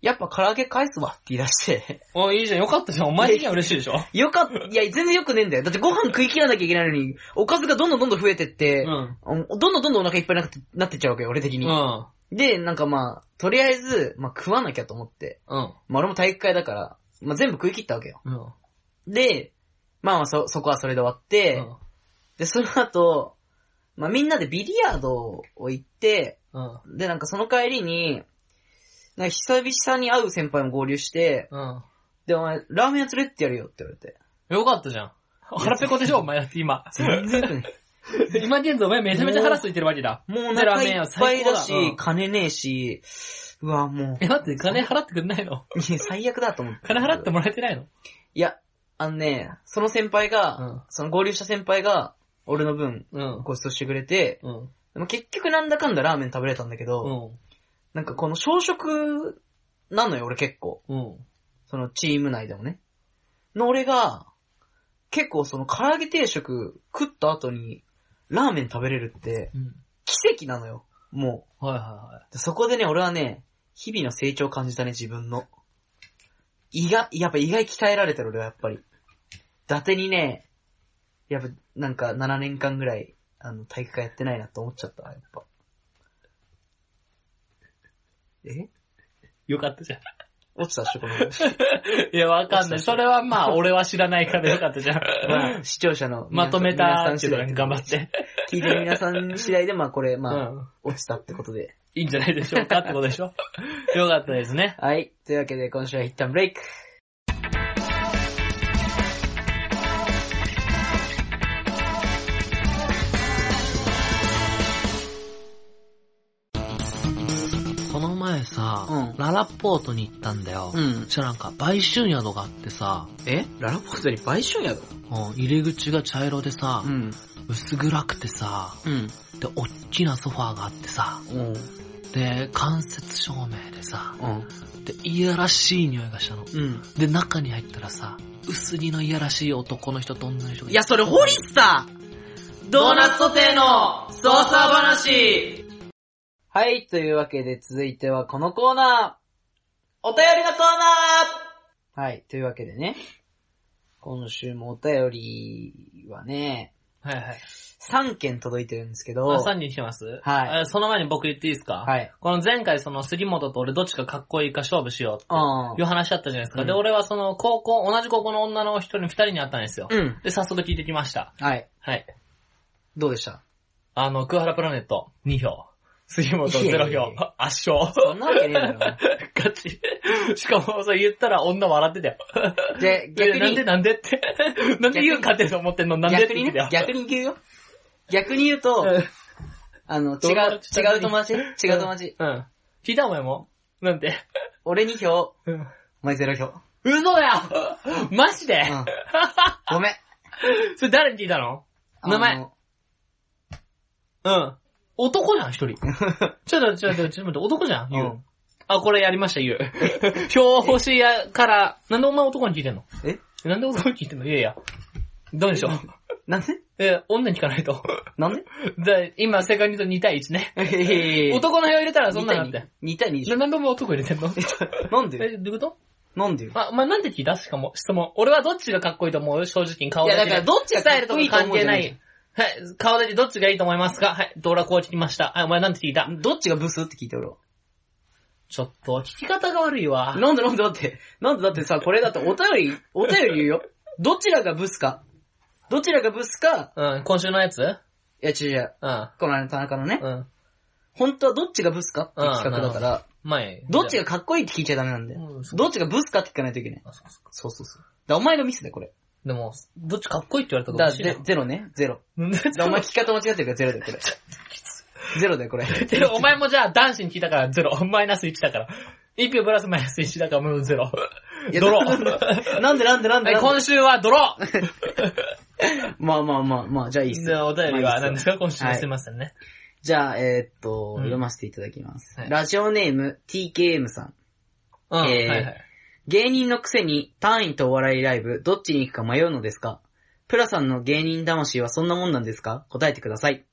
Speaker 1: やっぱ唐揚げ返すわって言い出して、
Speaker 2: お、いいじゃん、よかったじゃん。お前的には嬉しいでしょ
Speaker 1: よかった、いや、全然よくねえんだよ。だってご飯食い切らなきゃいけないのに、おかずがどんどんどんどん増えてって、
Speaker 2: うん。
Speaker 1: おどんどんどんどんお腹いっぱいになってなってっちゃうわけよ、俺的
Speaker 2: う
Speaker 1: に。
Speaker 2: ん。
Speaker 1: で、なんかまあ、とりあえず、まあ食わなきゃと思って、
Speaker 2: うん。
Speaker 1: まあ俺も体育会だから、まあ全部食い切ったわけよ。
Speaker 2: うん。
Speaker 1: で、まあまあそ、そこはそれで終わって、で、その後、まあ、みんなでビリヤードを行って、
Speaker 2: うん。
Speaker 1: で、なんかその帰りに、なんか久々に会う先輩も合流して、
Speaker 2: うん。
Speaker 1: で、お前、ラーメン屋連れてってやるよって言われて。
Speaker 2: [LAUGHS] よかったじゃん。腹ペコでしょ、お前だって今。
Speaker 1: 全然良くない
Speaker 2: [LAUGHS] 今現在お前めちゃめちゃ腹空いてるわけだ。
Speaker 1: もうお
Speaker 2: でラ
Speaker 1: 腹
Speaker 2: ー
Speaker 1: い
Speaker 2: メン屋
Speaker 1: っぱ
Speaker 2: 最
Speaker 1: い
Speaker 2: 高
Speaker 1: だ
Speaker 2: だ
Speaker 1: し、
Speaker 2: うん
Speaker 1: 金ねえし、うわ、もう、
Speaker 2: [LAUGHS] え、待って、金払ってくんないの
Speaker 1: [LAUGHS] いや最悪だと思って。
Speaker 2: 金払ってもらえてないの
Speaker 1: いや、あのね、その先輩が、その合流した先輩が、俺の分、
Speaker 2: うん。
Speaker 1: ご馳走してくれて、
Speaker 2: うん。
Speaker 1: でも結局なんだかんだラーメン食べれたんだけど、
Speaker 2: うん。
Speaker 1: なんかこの小食なのよ、俺結構。
Speaker 2: うん。
Speaker 1: そのチーム内でもね。の俺が、結構その唐揚げ定食食った後に、ラーメン食べれるって、
Speaker 2: うん。
Speaker 1: 奇跡なのよ、も
Speaker 2: はいはいは
Speaker 1: う。でそこでね、俺はね、日々の成長を感じたね、自分の。胃が、やっぱ胃が鍛えられてる、俺はやっぱり。伊達にね、やっぱなんか7年間ぐらい、あの、体育会やってないなって思っちゃった、やっぱ。え
Speaker 2: い。よかったじゃん。
Speaker 1: 落ちたっしょ、この話。
Speaker 2: いや、わかんない。それはまあ、俺は知らないからよかったじゃん。
Speaker 1: まあ、視聴者の皆
Speaker 2: ま
Speaker 1: さん
Speaker 2: とめた
Speaker 1: 皆さ
Speaker 2: け
Speaker 1: ん次
Speaker 2: ど
Speaker 1: 第
Speaker 2: ね、頑張って。
Speaker 1: 聞いてる皆さん次第で、まあこれ、
Speaker 2: う
Speaker 1: まあ、
Speaker 2: ん。
Speaker 1: 落ちたってことで。
Speaker 2: いいんじゃないでしょうかってことでし [LAUGHS] ょよかったですね。
Speaker 1: はい。というわけで、今週は一旦ブレイク。
Speaker 2: この前さ、
Speaker 1: うん
Speaker 2: ララポートに行ったんだよ。
Speaker 1: ん
Speaker 2: そし。たらなんか、売春宿があってさ、
Speaker 1: えララポートに売春やろ
Speaker 2: うん入り口が茶色でさ、
Speaker 1: ん。
Speaker 2: 薄暗くてさ、
Speaker 1: うん。
Speaker 2: で、おっきなソファーがあってさ、
Speaker 1: うん。
Speaker 2: で、間接照明でさ、
Speaker 1: うん。
Speaker 2: で、いやらしい匂いがした
Speaker 1: う
Speaker 2: の。
Speaker 1: ん。
Speaker 2: で、中に入ったらさ、薄着のいやらしい男の人と女の人が
Speaker 1: いや、それ、ホリスタードーナツソテーの操作話はい、というわけで続いてはこのコーナーお便りのコーナーはい、というわけでね、今週もお便りはね、
Speaker 2: はいはい。
Speaker 1: 3件届いてるんですけど、
Speaker 2: あ、3人来てます
Speaker 1: はい
Speaker 2: えその前に僕言っていいですか
Speaker 1: はい。
Speaker 2: この前回その杉本と俺どっちがかっこいいか勝負しようって
Speaker 1: あ
Speaker 2: いう話だったじゃないですか。
Speaker 1: うん
Speaker 2: で、俺はその高校、同じ高校の女の人に二人に会ったんですよ。
Speaker 1: うん。
Speaker 2: で、早速聞いてきました。
Speaker 1: はい。
Speaker 2: はい。
Speaker 1: どうでした
Speaker 2: あの、桑原プラネット2票。杉本
Speaker 1: いや
Speaker 2: 0
Speaker 1: いやい
Speaker 2: 票。圧勝。
Speaker 1: そんなわけねえだろ。 [LAUGHS]
Speaker 2: ガチ。しかも、それ言ったら女笑ってたよ。
Speaker 1: で、
Speaker 2: いや
Speaker 1: 逆
Speaker 2: なんで
Speaker 1: に、
Speaker 2: なんでって。なんで言うかって思ってんのなんでって
Speaker 1: 逆
Speaker 2: 言
Speaker 1: に
Speaker 2: って
Speaker 1: ね
Speaker 2: たよ、。
Speaker 1: 逆に言うよ。逆に言うと、あの、違
Speaker 2: どんな
Speaker 1: う、
Speaker 2: ちっち
Speaker 1: 違
Speaker 2: ゃいう
Speaker 1: 友達ね違う友達。
Speaker 2: うん。うん。聞いたお前もなんで
Speaker 1: 俺2票、
Speaker 2: うん。
Speaker 1: お前0票。
Speaker 2: 嘘だよ [LAUGHS] マジで、
Speaker 1: [LAUGHS] うん。ごめん。
Speaker 2: それ誰に聞いたの名前
Speaker 1: あの
Speaker 2: うん。男じゃ
Speaker 1: [LAUGHS]
Speaker 2: ん、一人。ちょっと、ちょっと、ちょっと待って、男じゃん、ゆう。
Speaker 1: うん
Speaker 2: あ、これやりまし
Speaker 1: [LAUGHS]
Speaker 2: た、ゆう。票欲しいやから、なんでお前男に聞いてんの
Speaker 1: え
Speaker 2: なんで男に聞いてんのいやいや。どうでしょう。
Speaker 1: なんで
Speaker 2: え、女に聞かな
Speaker 1: [LAUGHS]
Speaker 2: いと。
Speaker 1: なんで
Speaker 2: じゃあ今、正解に言うと2対1ね。
Speaker 1: え
Speaker 2: 男の票入れたらそんなのあって。
Speaker 1: 2対2でし
Speaker 2: ななんでお前男入れてんの
Speaker 1: ょ。なんで
Speaker 2: え、どういうこ
Speaker 1: なんでよ
Speaker 2: とあ、まあ、なんて聞いたしかも、質問。俺はどっちがかっこいいと思う正直に顔
Speaker 1: いや、だ
Speaker 2: だけ
Speaker 1: か
Speaker 2: で
Speaker 1: らどっちが
Speaker 2: スタイルと
Speaker 1: かっこい
Speaker 2: か
Speaker 1: いと
Speaker 2: 関
Speaker 1: 思う
Speaker 2: 係
Speaker 1: じゃ
Speaker 2: な
Speaker 1: ない
Speaker 2: い。はい、顔だけどっちがいいと思いますかはい、ドラコー聞きました。はい、お前なんて聞いた
Speaker 1: じゃん。どっちがブスって聞いて俺は。
Speaker 2: ちょっと、聞き方が悪いわ。
Speaker 1: なんでなんでだって、なんでだってさ、これだってお便り、お便り言うよ。どちらがブスか。どちらがブスか、
Speaker 2: うん、今週のやつう
Speaker 1: い
Speaker 2: ん。
Speaker 1: や違う違う、
Speaker 2: うん。
Speaker 1: この間の田中のね、本当はどっちがブスかっていう企画だから、
Speaker 2: 前。
Speaker 1: どっちがかっこいいって聞いちゃダメなんだ
Speaker 2: う
Speaker 1: よ
Speaker 2: ん。そう
Speaker 1: どっちがブスかって聞かないといけない。
Speaker 2: あそうかそうか
Speaker 1: そうそうそう。だからお前のミスだよ、これ。
Speaker 2: でも、どっちかっこいいって言われた
Speaker 1: だ
Speaker 2: か
Speaker 1: からら
Speaker 2: 欲しいな
Speaker 1: ゼゼロね、ゼロ。
Speaker 2: なんで
Speaker 1: だ [LAUGHS] からお前聞き方間違ってるからゼロだよ、こ
Speaker 2: [LAUGHS]
Speaker 1: れ。ゼロだよ、これ。
Speaker 2: で [LAUGHS] お前もじゃあ男子に聞いたからゼロ。 [LAUGHS] マイナス1だから。一票プラスマイナス1だからもうゼロ。
Speaker 1: いや
Speaker 2: ドロ
Speaker 1: なんで [LAUGHS]
Speaker 2: ー。
Speaker 1: なんでなんでなんで
Speaker 2: はい、
Speaker 1: なん
Speaker 2: 今週はドロー
Speaker 1: でまあまあまあまあ、じゃあいいっす
Speaker 2: じゃあお便り
Speaker 1: まあい
Speaker 2: は
Speaker 1: っす
Speaker 2: い何ですか今週
Speaker 1: は
Speaker 2: の
Speaker 1: い
Speaker 2: すいませんね。
Speaker 1: じゃあ、えーっと、
Speaker 2: うん
Speaker 1: 読ませていただきます。
Speaker 2: はい
Speaker 1: ラジオネーム TKM さん。
Speaker 2: うん。はい
Speaker 1: えー
Speaker 2: はい。
Speaker 1: 芸人のくせに単位とお笑いライブ、どっちに行くか迷うのですかプラさんの芸人魂はそんなもんなんですか答えてください。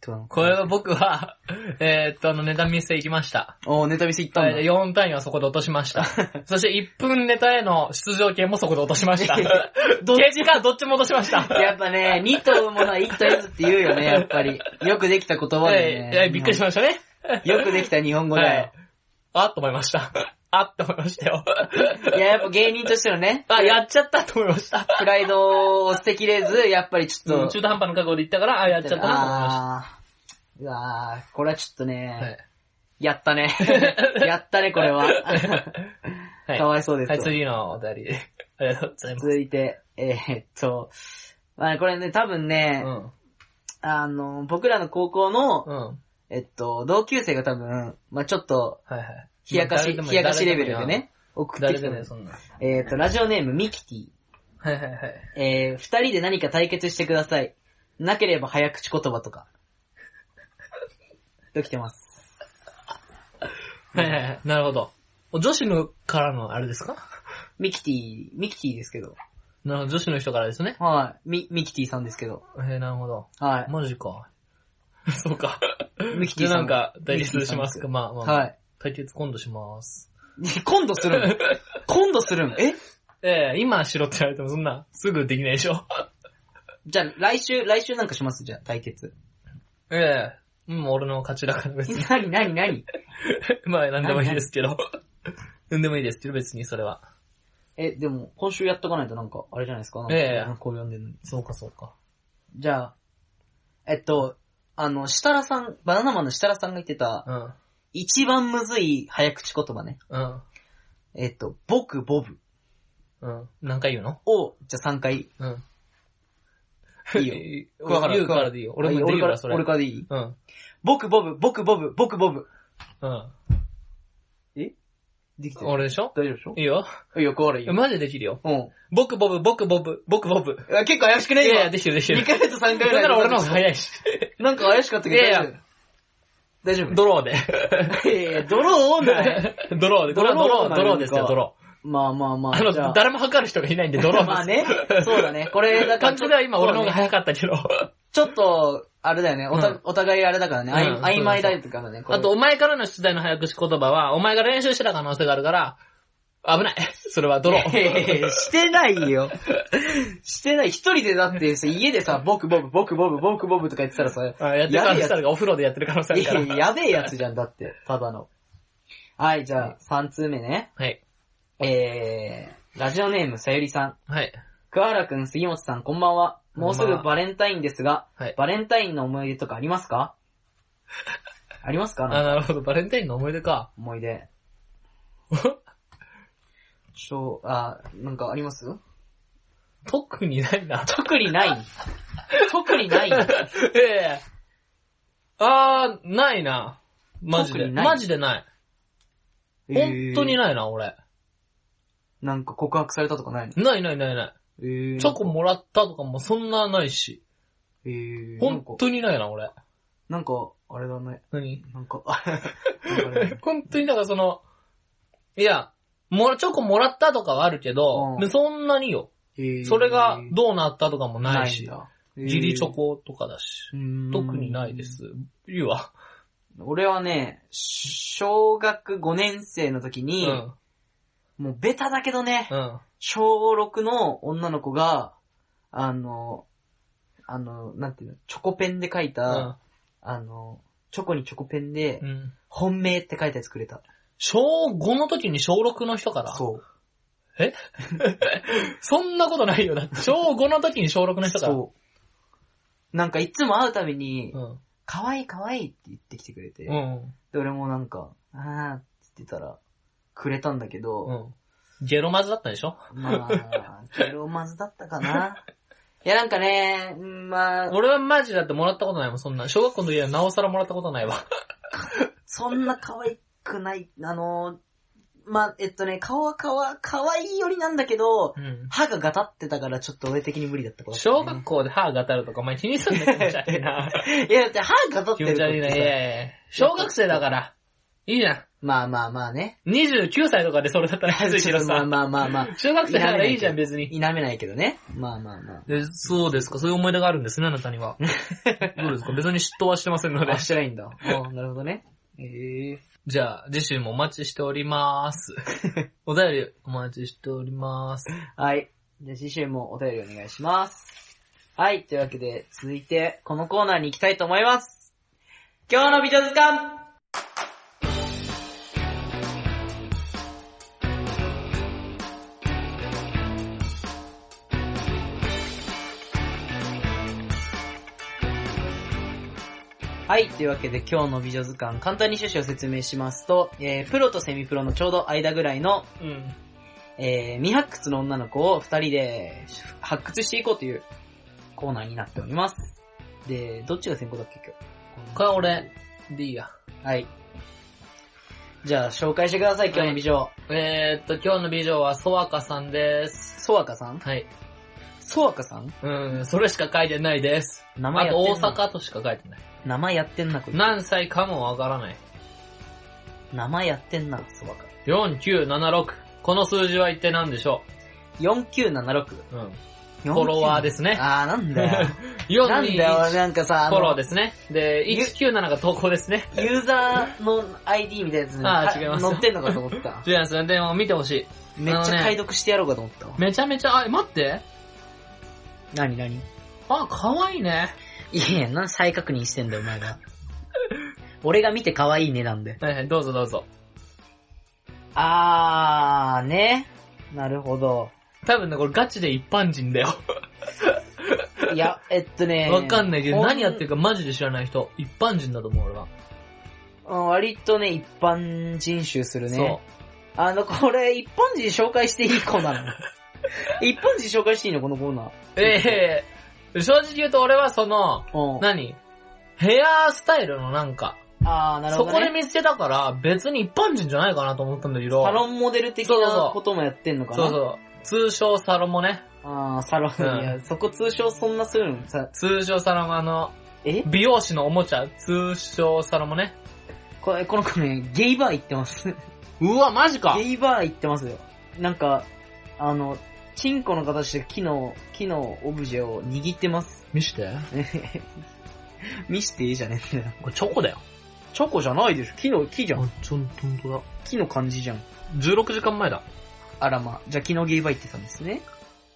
Speaker 1: とあの
Speaker 2: これは僕は、 [LAUGHS] えーっと、あの、ネタ見せ行きました。
Speaker 1: おー、ネタ見せ行ったんだ。
Speaker 2: 4単位はそこで落としま
Speaker 1: [LAUGHS]
Speaker 2: した。そして1分ネタへの出場権もそこで落としました。
Speaker 1: どっ
Speaker 2: 結果、どっちも落としました。
Speaker 1: やっぱね、2頭もな、1頭ずつって言うよね、やっぱり。よくできた言葉で
Speaker 2: え
Speaker 1: ね。
Speaker 2: えええびっくりしましたね。
Speaker 1: よくできた日本語だよ。
Speaker 2: あっと思いました。 [LAUGHS] あっと思いましたよ。 [LAUGHS]
Speaker 1: い、や、やっぱ芸人としてのね、
Speaker 2: あ、やっちゃったと思いました。
Speaker 1: プライドを捨てきれず、やっぱりちょ
Speaker 2: うん
Speaker 1: っと。
Speaker 2: 中途半端な覚悟で言ったから、あ、やっちゃったなと思いま
Speaker 1: あーうわー、これはちょっとね、
Speaker 2: した。はい
Speaker 1: やった
Speaker 2: [LAUGHS]
Speaker 1: ね。やったね、これは。
Speaker 2: はい。
Speaker 1: かわいそうです
Speaker 2: は
Speaker 1: わ
Speaker 2: い、次のお便り。 [LAUGHS] ありがとうございます。
Speaker 1: 続いて、えーっと、まあこれね、多分ね、
Speaker 2: うん。
Speaker 1: あの、僕らの高校の、
Speaker 2: うん。はい
Speaker 1: えっと、同級生が多分、まあちょっと、
Speaker 2: はい。
Speaker 1: 冷やかし、
Speaker 2: まあ
Speaker 1: 冷やかしレベルで。ね、
Speaker 2: 誰
Speaker 1: 送って
Speaker 2: でも
Speaker 1: き
Speaker 2: いいな誰で
Speaker 1: て
Speaker 2: もいい、
Speaker 1: ます。
Speaker 2: そんな。
Speaker 1: えーっと、ラジオネーム、ミキティ。
Speaker 2: はいはいはい。
Speaker 1: えー、二人で何か対決してください。なければ早口言葉とか。ときてます。
Speaker 2: はいはいはい。なるほど。お女子のからのあれですか
Speaker 1: ミキティ、ミキティですけど。
Speaker 2: なるほど、女子の人からですね。
Speaker 1: はい。ミ、ミキティさんですけど。
Speaker 2: えー、なるほど。
Speaker 1: はい。
Speaker 2: マジか。 [LAUGHS] そうか。
Speaker 1: ミキティ
Speaker 2: じゃあ
Speaker 1: さ。
Speaker 2: なんんか、対決しますか。まあまあ、
Speaker 1: はい。
Speaker 2: 対決今度します。
Speaker 1: 今度するん今度するんえ
Speaker 2: ええ今しろって言われてもそんな、すぐできないでしょ。
Speaker 1: じゃあ来週、来週なんかしますじゃあ対決。
Speaker 2: ええうん、俺の勝ちだから別に。
Speaker 1: なになになに
Speaker 2: [LAUGHS] まあ、なんでもいいですけど。 [LAUGHS] なんでもいいですけど、別にそれは。
Speaker 1: え、でも、今週やっとかないとなんか、あれじゃないですかなんか
Speaker 2: ええ
Speaker 1: こう読んでるのに。
Speaker 2: そうか、そうか。
Speaker 1: じゃあ、えっと、あの、設楽さん、バナナマンの設楽さんが言ってた、
Speaker 2: うん。
Speaker 1: 一番むずい早口言葉ね。
Speaker 2: うん。
Speaker 1: えっと、僕、ボブ
Speaker 2: うん。何回言うの
Speaker 1: を、じゃあ3回。
Speaker 2: うん。 [LAUGHS]
Speaker 1: いいよ
Speaker 2: よ言うからでいいよ。俺もできるから、それ。
Speaker 1: 俺からでいい
Speaker 2: うん。
Speaker 1: 僕、ボブ、僕、ボブ、僕、ボブ。
Speaker 2: うん。
Speaker 1: できてる。
Speaker 2: 俺でしょ
Speaker 1: 大丈夫でしょ
Speaker 2: いいよ。
Speaker 1: いいよ、これいいよ。
Speaker 2: マジでできるよ。
Speaker 1: うん。
Speaker 2: 僕ボブ、僕ボブ、僕ボブ。
Speaker 1: いや結構怪しく
Speaker 2: い
Speaker 1: ね
Speaker 2: やいや、
Speaker 1: 今。
Speaker 2: できてるできて
Speaker 1: 2
Speaker 2: る。
Speaker 1: 回目と3回目
Speaker 2: だから俺の方が早いし。
Speaker 1: なんか怪しかったけど。
Speaker 2: いやいや
Speaker 1: 大丈夫。
Speaker 2: [LAUGHS] ドローで。
Speaker 1: いやいや、ドローンだね。
Speaker 2: [LAUGHS] ドローで。これはドロー、ドローですよ、ドロー。
Speaker 1: まあまあまあ。
Speaker 2: あの、
Speaker 1: じゃあ
Speaker 2: 誰も測る人がいないんで、ドローです。
Speaker 1: まあね。そう
Speaker 2: [LAUGHS]
Speaker 1: だね。これ、だから
Speaker 2: 感
Speaker 1: ちょ
Speaker 2: じ
Speaker 1: っ
Speaker 2: で
Speaker 1: と、
Speaker 2: は今俺の方が早かったけど。
Speaker 1: ちょっと、あれだよね。お
Speaker 2: う
Speaker 1: た
Speaker 2: ん
Speaker 1: お互いあれだからね。あい
Speaker 2: うん
Speaker 1: 曖昧だからね。これ
Speaker 2: あと、、お前からの出題の早口言葉は、お前が練習してた可能性があるから、危ない。 [LAUGHS] それはドロ
Speaker 1: いやいやい
Speaker 2: ー。
Speaker 1: やしてないよ。してない。一人でだってさ、家でさ、僕僕僕僕僕僕とか言ってたらさ、
Speaker 2: あやってる可能性あるから、お風呂でやってる可能性あ
Speaker 1: い
Speaker 2: るか
Speaker 1: やいや
Speaker 2: ら。
Speaker 1: やべえやつじゃん、だって。ただの。はい、じゃあ、3通目ね。
Speaker 2: はい。
Speaker 1: えー、ラジオネームさゆりさん。
Speaker 2: はい。
Speaker 1: 桑原くん、杉本さん、こんばんは。もうすぐバレンタインですが、
Speaker 2: はい。
Speaker 1: バレンタインの思い出とかありますかありますか
Speaker 2: あ、
Speaker 1: なんか
Speaker 2: なるほど。バレンタインの思い出か。
Speaker 1: 思い出。しょう、あ、なんかあります
Speaker 2: 特にないな。
Speaker 1: 特にない。特にない。
Speaker 2: [LAUGHS] ええあー、ないな。マジ
Speaker 1: 特
Speaker 2: で。
Speaker 1: にない
Speaker 2: マジでない。本当に
Speaker 1: な。
Speaker 2: ないな、俺。
Speaker 1: なんか告白されたとかないの
Speaker 2: ないないないな
Speaker 1: え
Speaker 2: い。
Speaker 1: ー
Speaker 2: チョコもらったとかもそんなないし。
Speaker 1: えー、なん
Speaker 2: 本
Speaker 1: か、
Speaker 2: 当にないな、俺。
Speaker 1: なんか、あれだね。
Speaker 2: 何
Speaker 1: なんか、なんかね
Speaker 2: [LAUGHS] 本当にだからその、いや、もら、チョコもらったとかはあるけど、
Speaker 1: うん
Speaker 2: でそんなによ。
Speaker 1: えー
Speaker 2: それがどうなったとかもない
Speaker 1: ん
Speaker 2: し、
Speaker 1: だ
Speaker 2: ギリチョ。コとかだし、
Speaker 1: えー
Speaker 2: 特にないで。
Speaker 1: うーん
Speaker 2: す。いいわ。
Speaker 1: 俺はね、小学5年生の時
Speaker 2: う
Speaker 1: に、
Speaker 2: ん。
Speaker 1: もうベタだけどね、
Speaker 2: うん。
Speaker 1: 小6の女の子が、あの、あの、なんていうの、チョコペンで書いた、あの、チョコにチョコペンで
Speaker 2: う、ん。
Speaker 1: 本命って書いたやつくれた。
Speaker 2: 小5の時に小6の人から。
Speaker 1: そう。
Speaker 2: そんなことないよ。だって小5の時に小6の人から。
Speaker 1: そう。なんかいつも会うたびに
Speaker 2: う、ん。
Speaker 1: 可愛い可愛いって言ってきてくれて、
Speaker 2: うん。
Speaker 1: で、俺もなんか、あーって言ってたら、くれたんだけど、
Speaker 2: うん。ゲロマズだったでしょ
Speaker 1: まあ、ゲロマズだったか
Speaker 2: [LAUGHS]
Speaker 1: な。いや、なんかね、うんまあ、
Speaker 2: 俺はマジだってもらったことないもん、そんな。小学校の時はなおさらもらったことないわ。
Speaker 1: そんな可愛くない、あの、まあ、えっとね、顔は顔は可愛いよりなんだけど、
Speaker 2: うん。
Speaker 1: 歯がガタってたからちょっと俺的に無理だったことだったね、
Speaker 2: 小学校で歯が当たるとか、お前気にすんな気持ち悪い [LAUGHS] な。
Speaker 1: いや、だって歯がガタって
Speaker 2: 気持
Speaker 1: る
Speaker 2: ち
Speaker 1: と
Speaker 2: 悪いな。いやいやいや小学生だから。いいじゃん。
Speaker 1: まあまあまあね。
Speaker 2: 29歳とかで [LAUGHS] それだったらきついけど
Speaker 1: まあ
Speaker 2: さ。
Speaker 1: まあまあまあ。
Speaker 2: 中学生だからいいじゃん、別に。
Speaker 1: 否めないけどね。まあまあまあ。
Speaker 2: でそうですか、そういう思い出があるんですね、あなたに [LAUGHS] は。どうですか、別に嫉妬はしてませんので
Speaker 1: あ、。してないんだ。おなるほどね。ええ
Speaker 2: じゃあ、次週もお待ちしており [LAUGHS] ます。お便りお待ちしております。
Speaker 1: はい。じゃあ次週もお便りお願いします。はい。というわけで、続いて、このコーナーに行きたいと思います。今日の美女図鑑はい、というわけで今日の美女図鑑、簡単に趣旨を説明しますと、えー、プロとセミプロのちょうど間ぐらいの、
Speaker 2: うん。
Speaker 1: えー、未発掘の女の子を二人で発掘していこうというコーナーになっております。で、どっちが先行だっけ今
Speaker 2: これは俺、でいいや。
Speaker 1: 日。はい。じゃあ、紹介してください、今日の美女。
Speaker 2: えーっと、今日の美女はソワカさんです。
Speaker 1: ソワカさん
Speaker 2: はい。
Speaker 1: ソワカさん
Speaker 2: うん、それしか書いてないです。
Speaker 1: 名前や
Speaker 2: あと
Speaker 1: って
Speaker 2: 大
Speaker 1: んな。
Speaker 2: 阪としか書いてない。
Speaker 1: 名前やってんな、これ。
Speaker 2: 何歳かもわからない。
Speaker 1: 名前やってんな、ソワカ。
Speaker 2: 4976。この数字は一体何でしょ
Speaker 1: 4976。
Speaker 2: ううん。フォロワーですね。
Speaker 1: あー、なんだ
Speaker 2: [LAUGHS]
Speaker 1: よ。
Speaker 2: 4
Speaker 1: なんだよ、なんかさ、あ
Speaker 2: フォロー
Speaker 1: の、
Speaker 2: ですね。で、
Speaker 1: ゆ
Speaker 2: 197が投稿ですね。
Speaker 1: ユーザーの ID みたいなやつに
Speaker 2: あー違います
Speaker 1: 載ってんのかと思
Speaker 2: [LAUGHS]
Speaker 1: った。
Speaker 2: 違いますね。でも見てほしい。
Speaker 1: めっちゃ解読してやろうかと思ったわ。
Speaker 2: めちゃめちゃ、あ、待って。
Speaker 1: なになに
Speaker 2: あ、かわいいね。
Speaker 1: いやいや、な、再確認してんだよ、お前が。俺が見て可愛いねなんで。
Speaker 2: はいはい、どうぞどうぞ。
Speaker 1: あー、ね。なるほど。
Speaker 2: 多分ね、これガチで一般人だよ。
Speaker 1: い
Speaker 2: [LAUGHS]
Speaker 1: や、えっとね。
Speaker 2: わかんないけど、何やって
Speaker 1: る
Speaker 2: るかマジで知らない人、一般人だと思う、俺は。
Speaker 1: 割とね、一般人種するね。
Speaker 2: そ
Speaker 1: あの、これ、一般人紹介していいコーナー
Speaker 2: [LAUGHS]
Speaker 1: なの一般人紹介していいのこのコーナ
Speaker 2: う。ええ正直言うと俺はその、
Speaker 1: ー。うん。
Speaker 2: 何ヘアスタイルのなんか、
Speaker 1: あー、なる
Speaker 2: そ
Speaker 1: ほど、ね。
Speaker 2: こで見つけたから、別に一般人じゃないかなと思ったんだけど、
Speaker 1: サロンモデル的
Speaker 2: そうそうそ
Speaker 1: な
Speaker 2: う
Speaker 1: こともやってんのかな
Speaker 2: そうそう。通称サロンもね、
Speaker 1: あー、サロン、
Speaker 2: うん
Speaker 1: いや、そこ通称そんなするのさ、
Speaker 2: 通称サロンはあの、
Speaker 1: え
Speaker 2: 美容師のおもちゃ、通称サロンもね。
Speaker 1: これ、この子ね、ゲイバー行ってます。
Speaker 2: うわ、マジか
Speaker 1: ゲイバー行ってますよ。なんか、あの、チンコの形で木の、木のオブジェを握ってます。 [LAUGHS]
Speaker 2: 見して。
Speaker 1: 見していいじゃねえんだよ。
Speaker 2: これチョコだよ。
Speaker 1: チョコじゃないでしょ。木の、木じゃん。、
Speaker 2: ちょ、ほんとだ。
Speaker 1: 木の感じじゃん。
Speaker 2: 16時間前だ。
Speaker 1: あらま。じゃあ昨日ゲイバー行ってたんですね。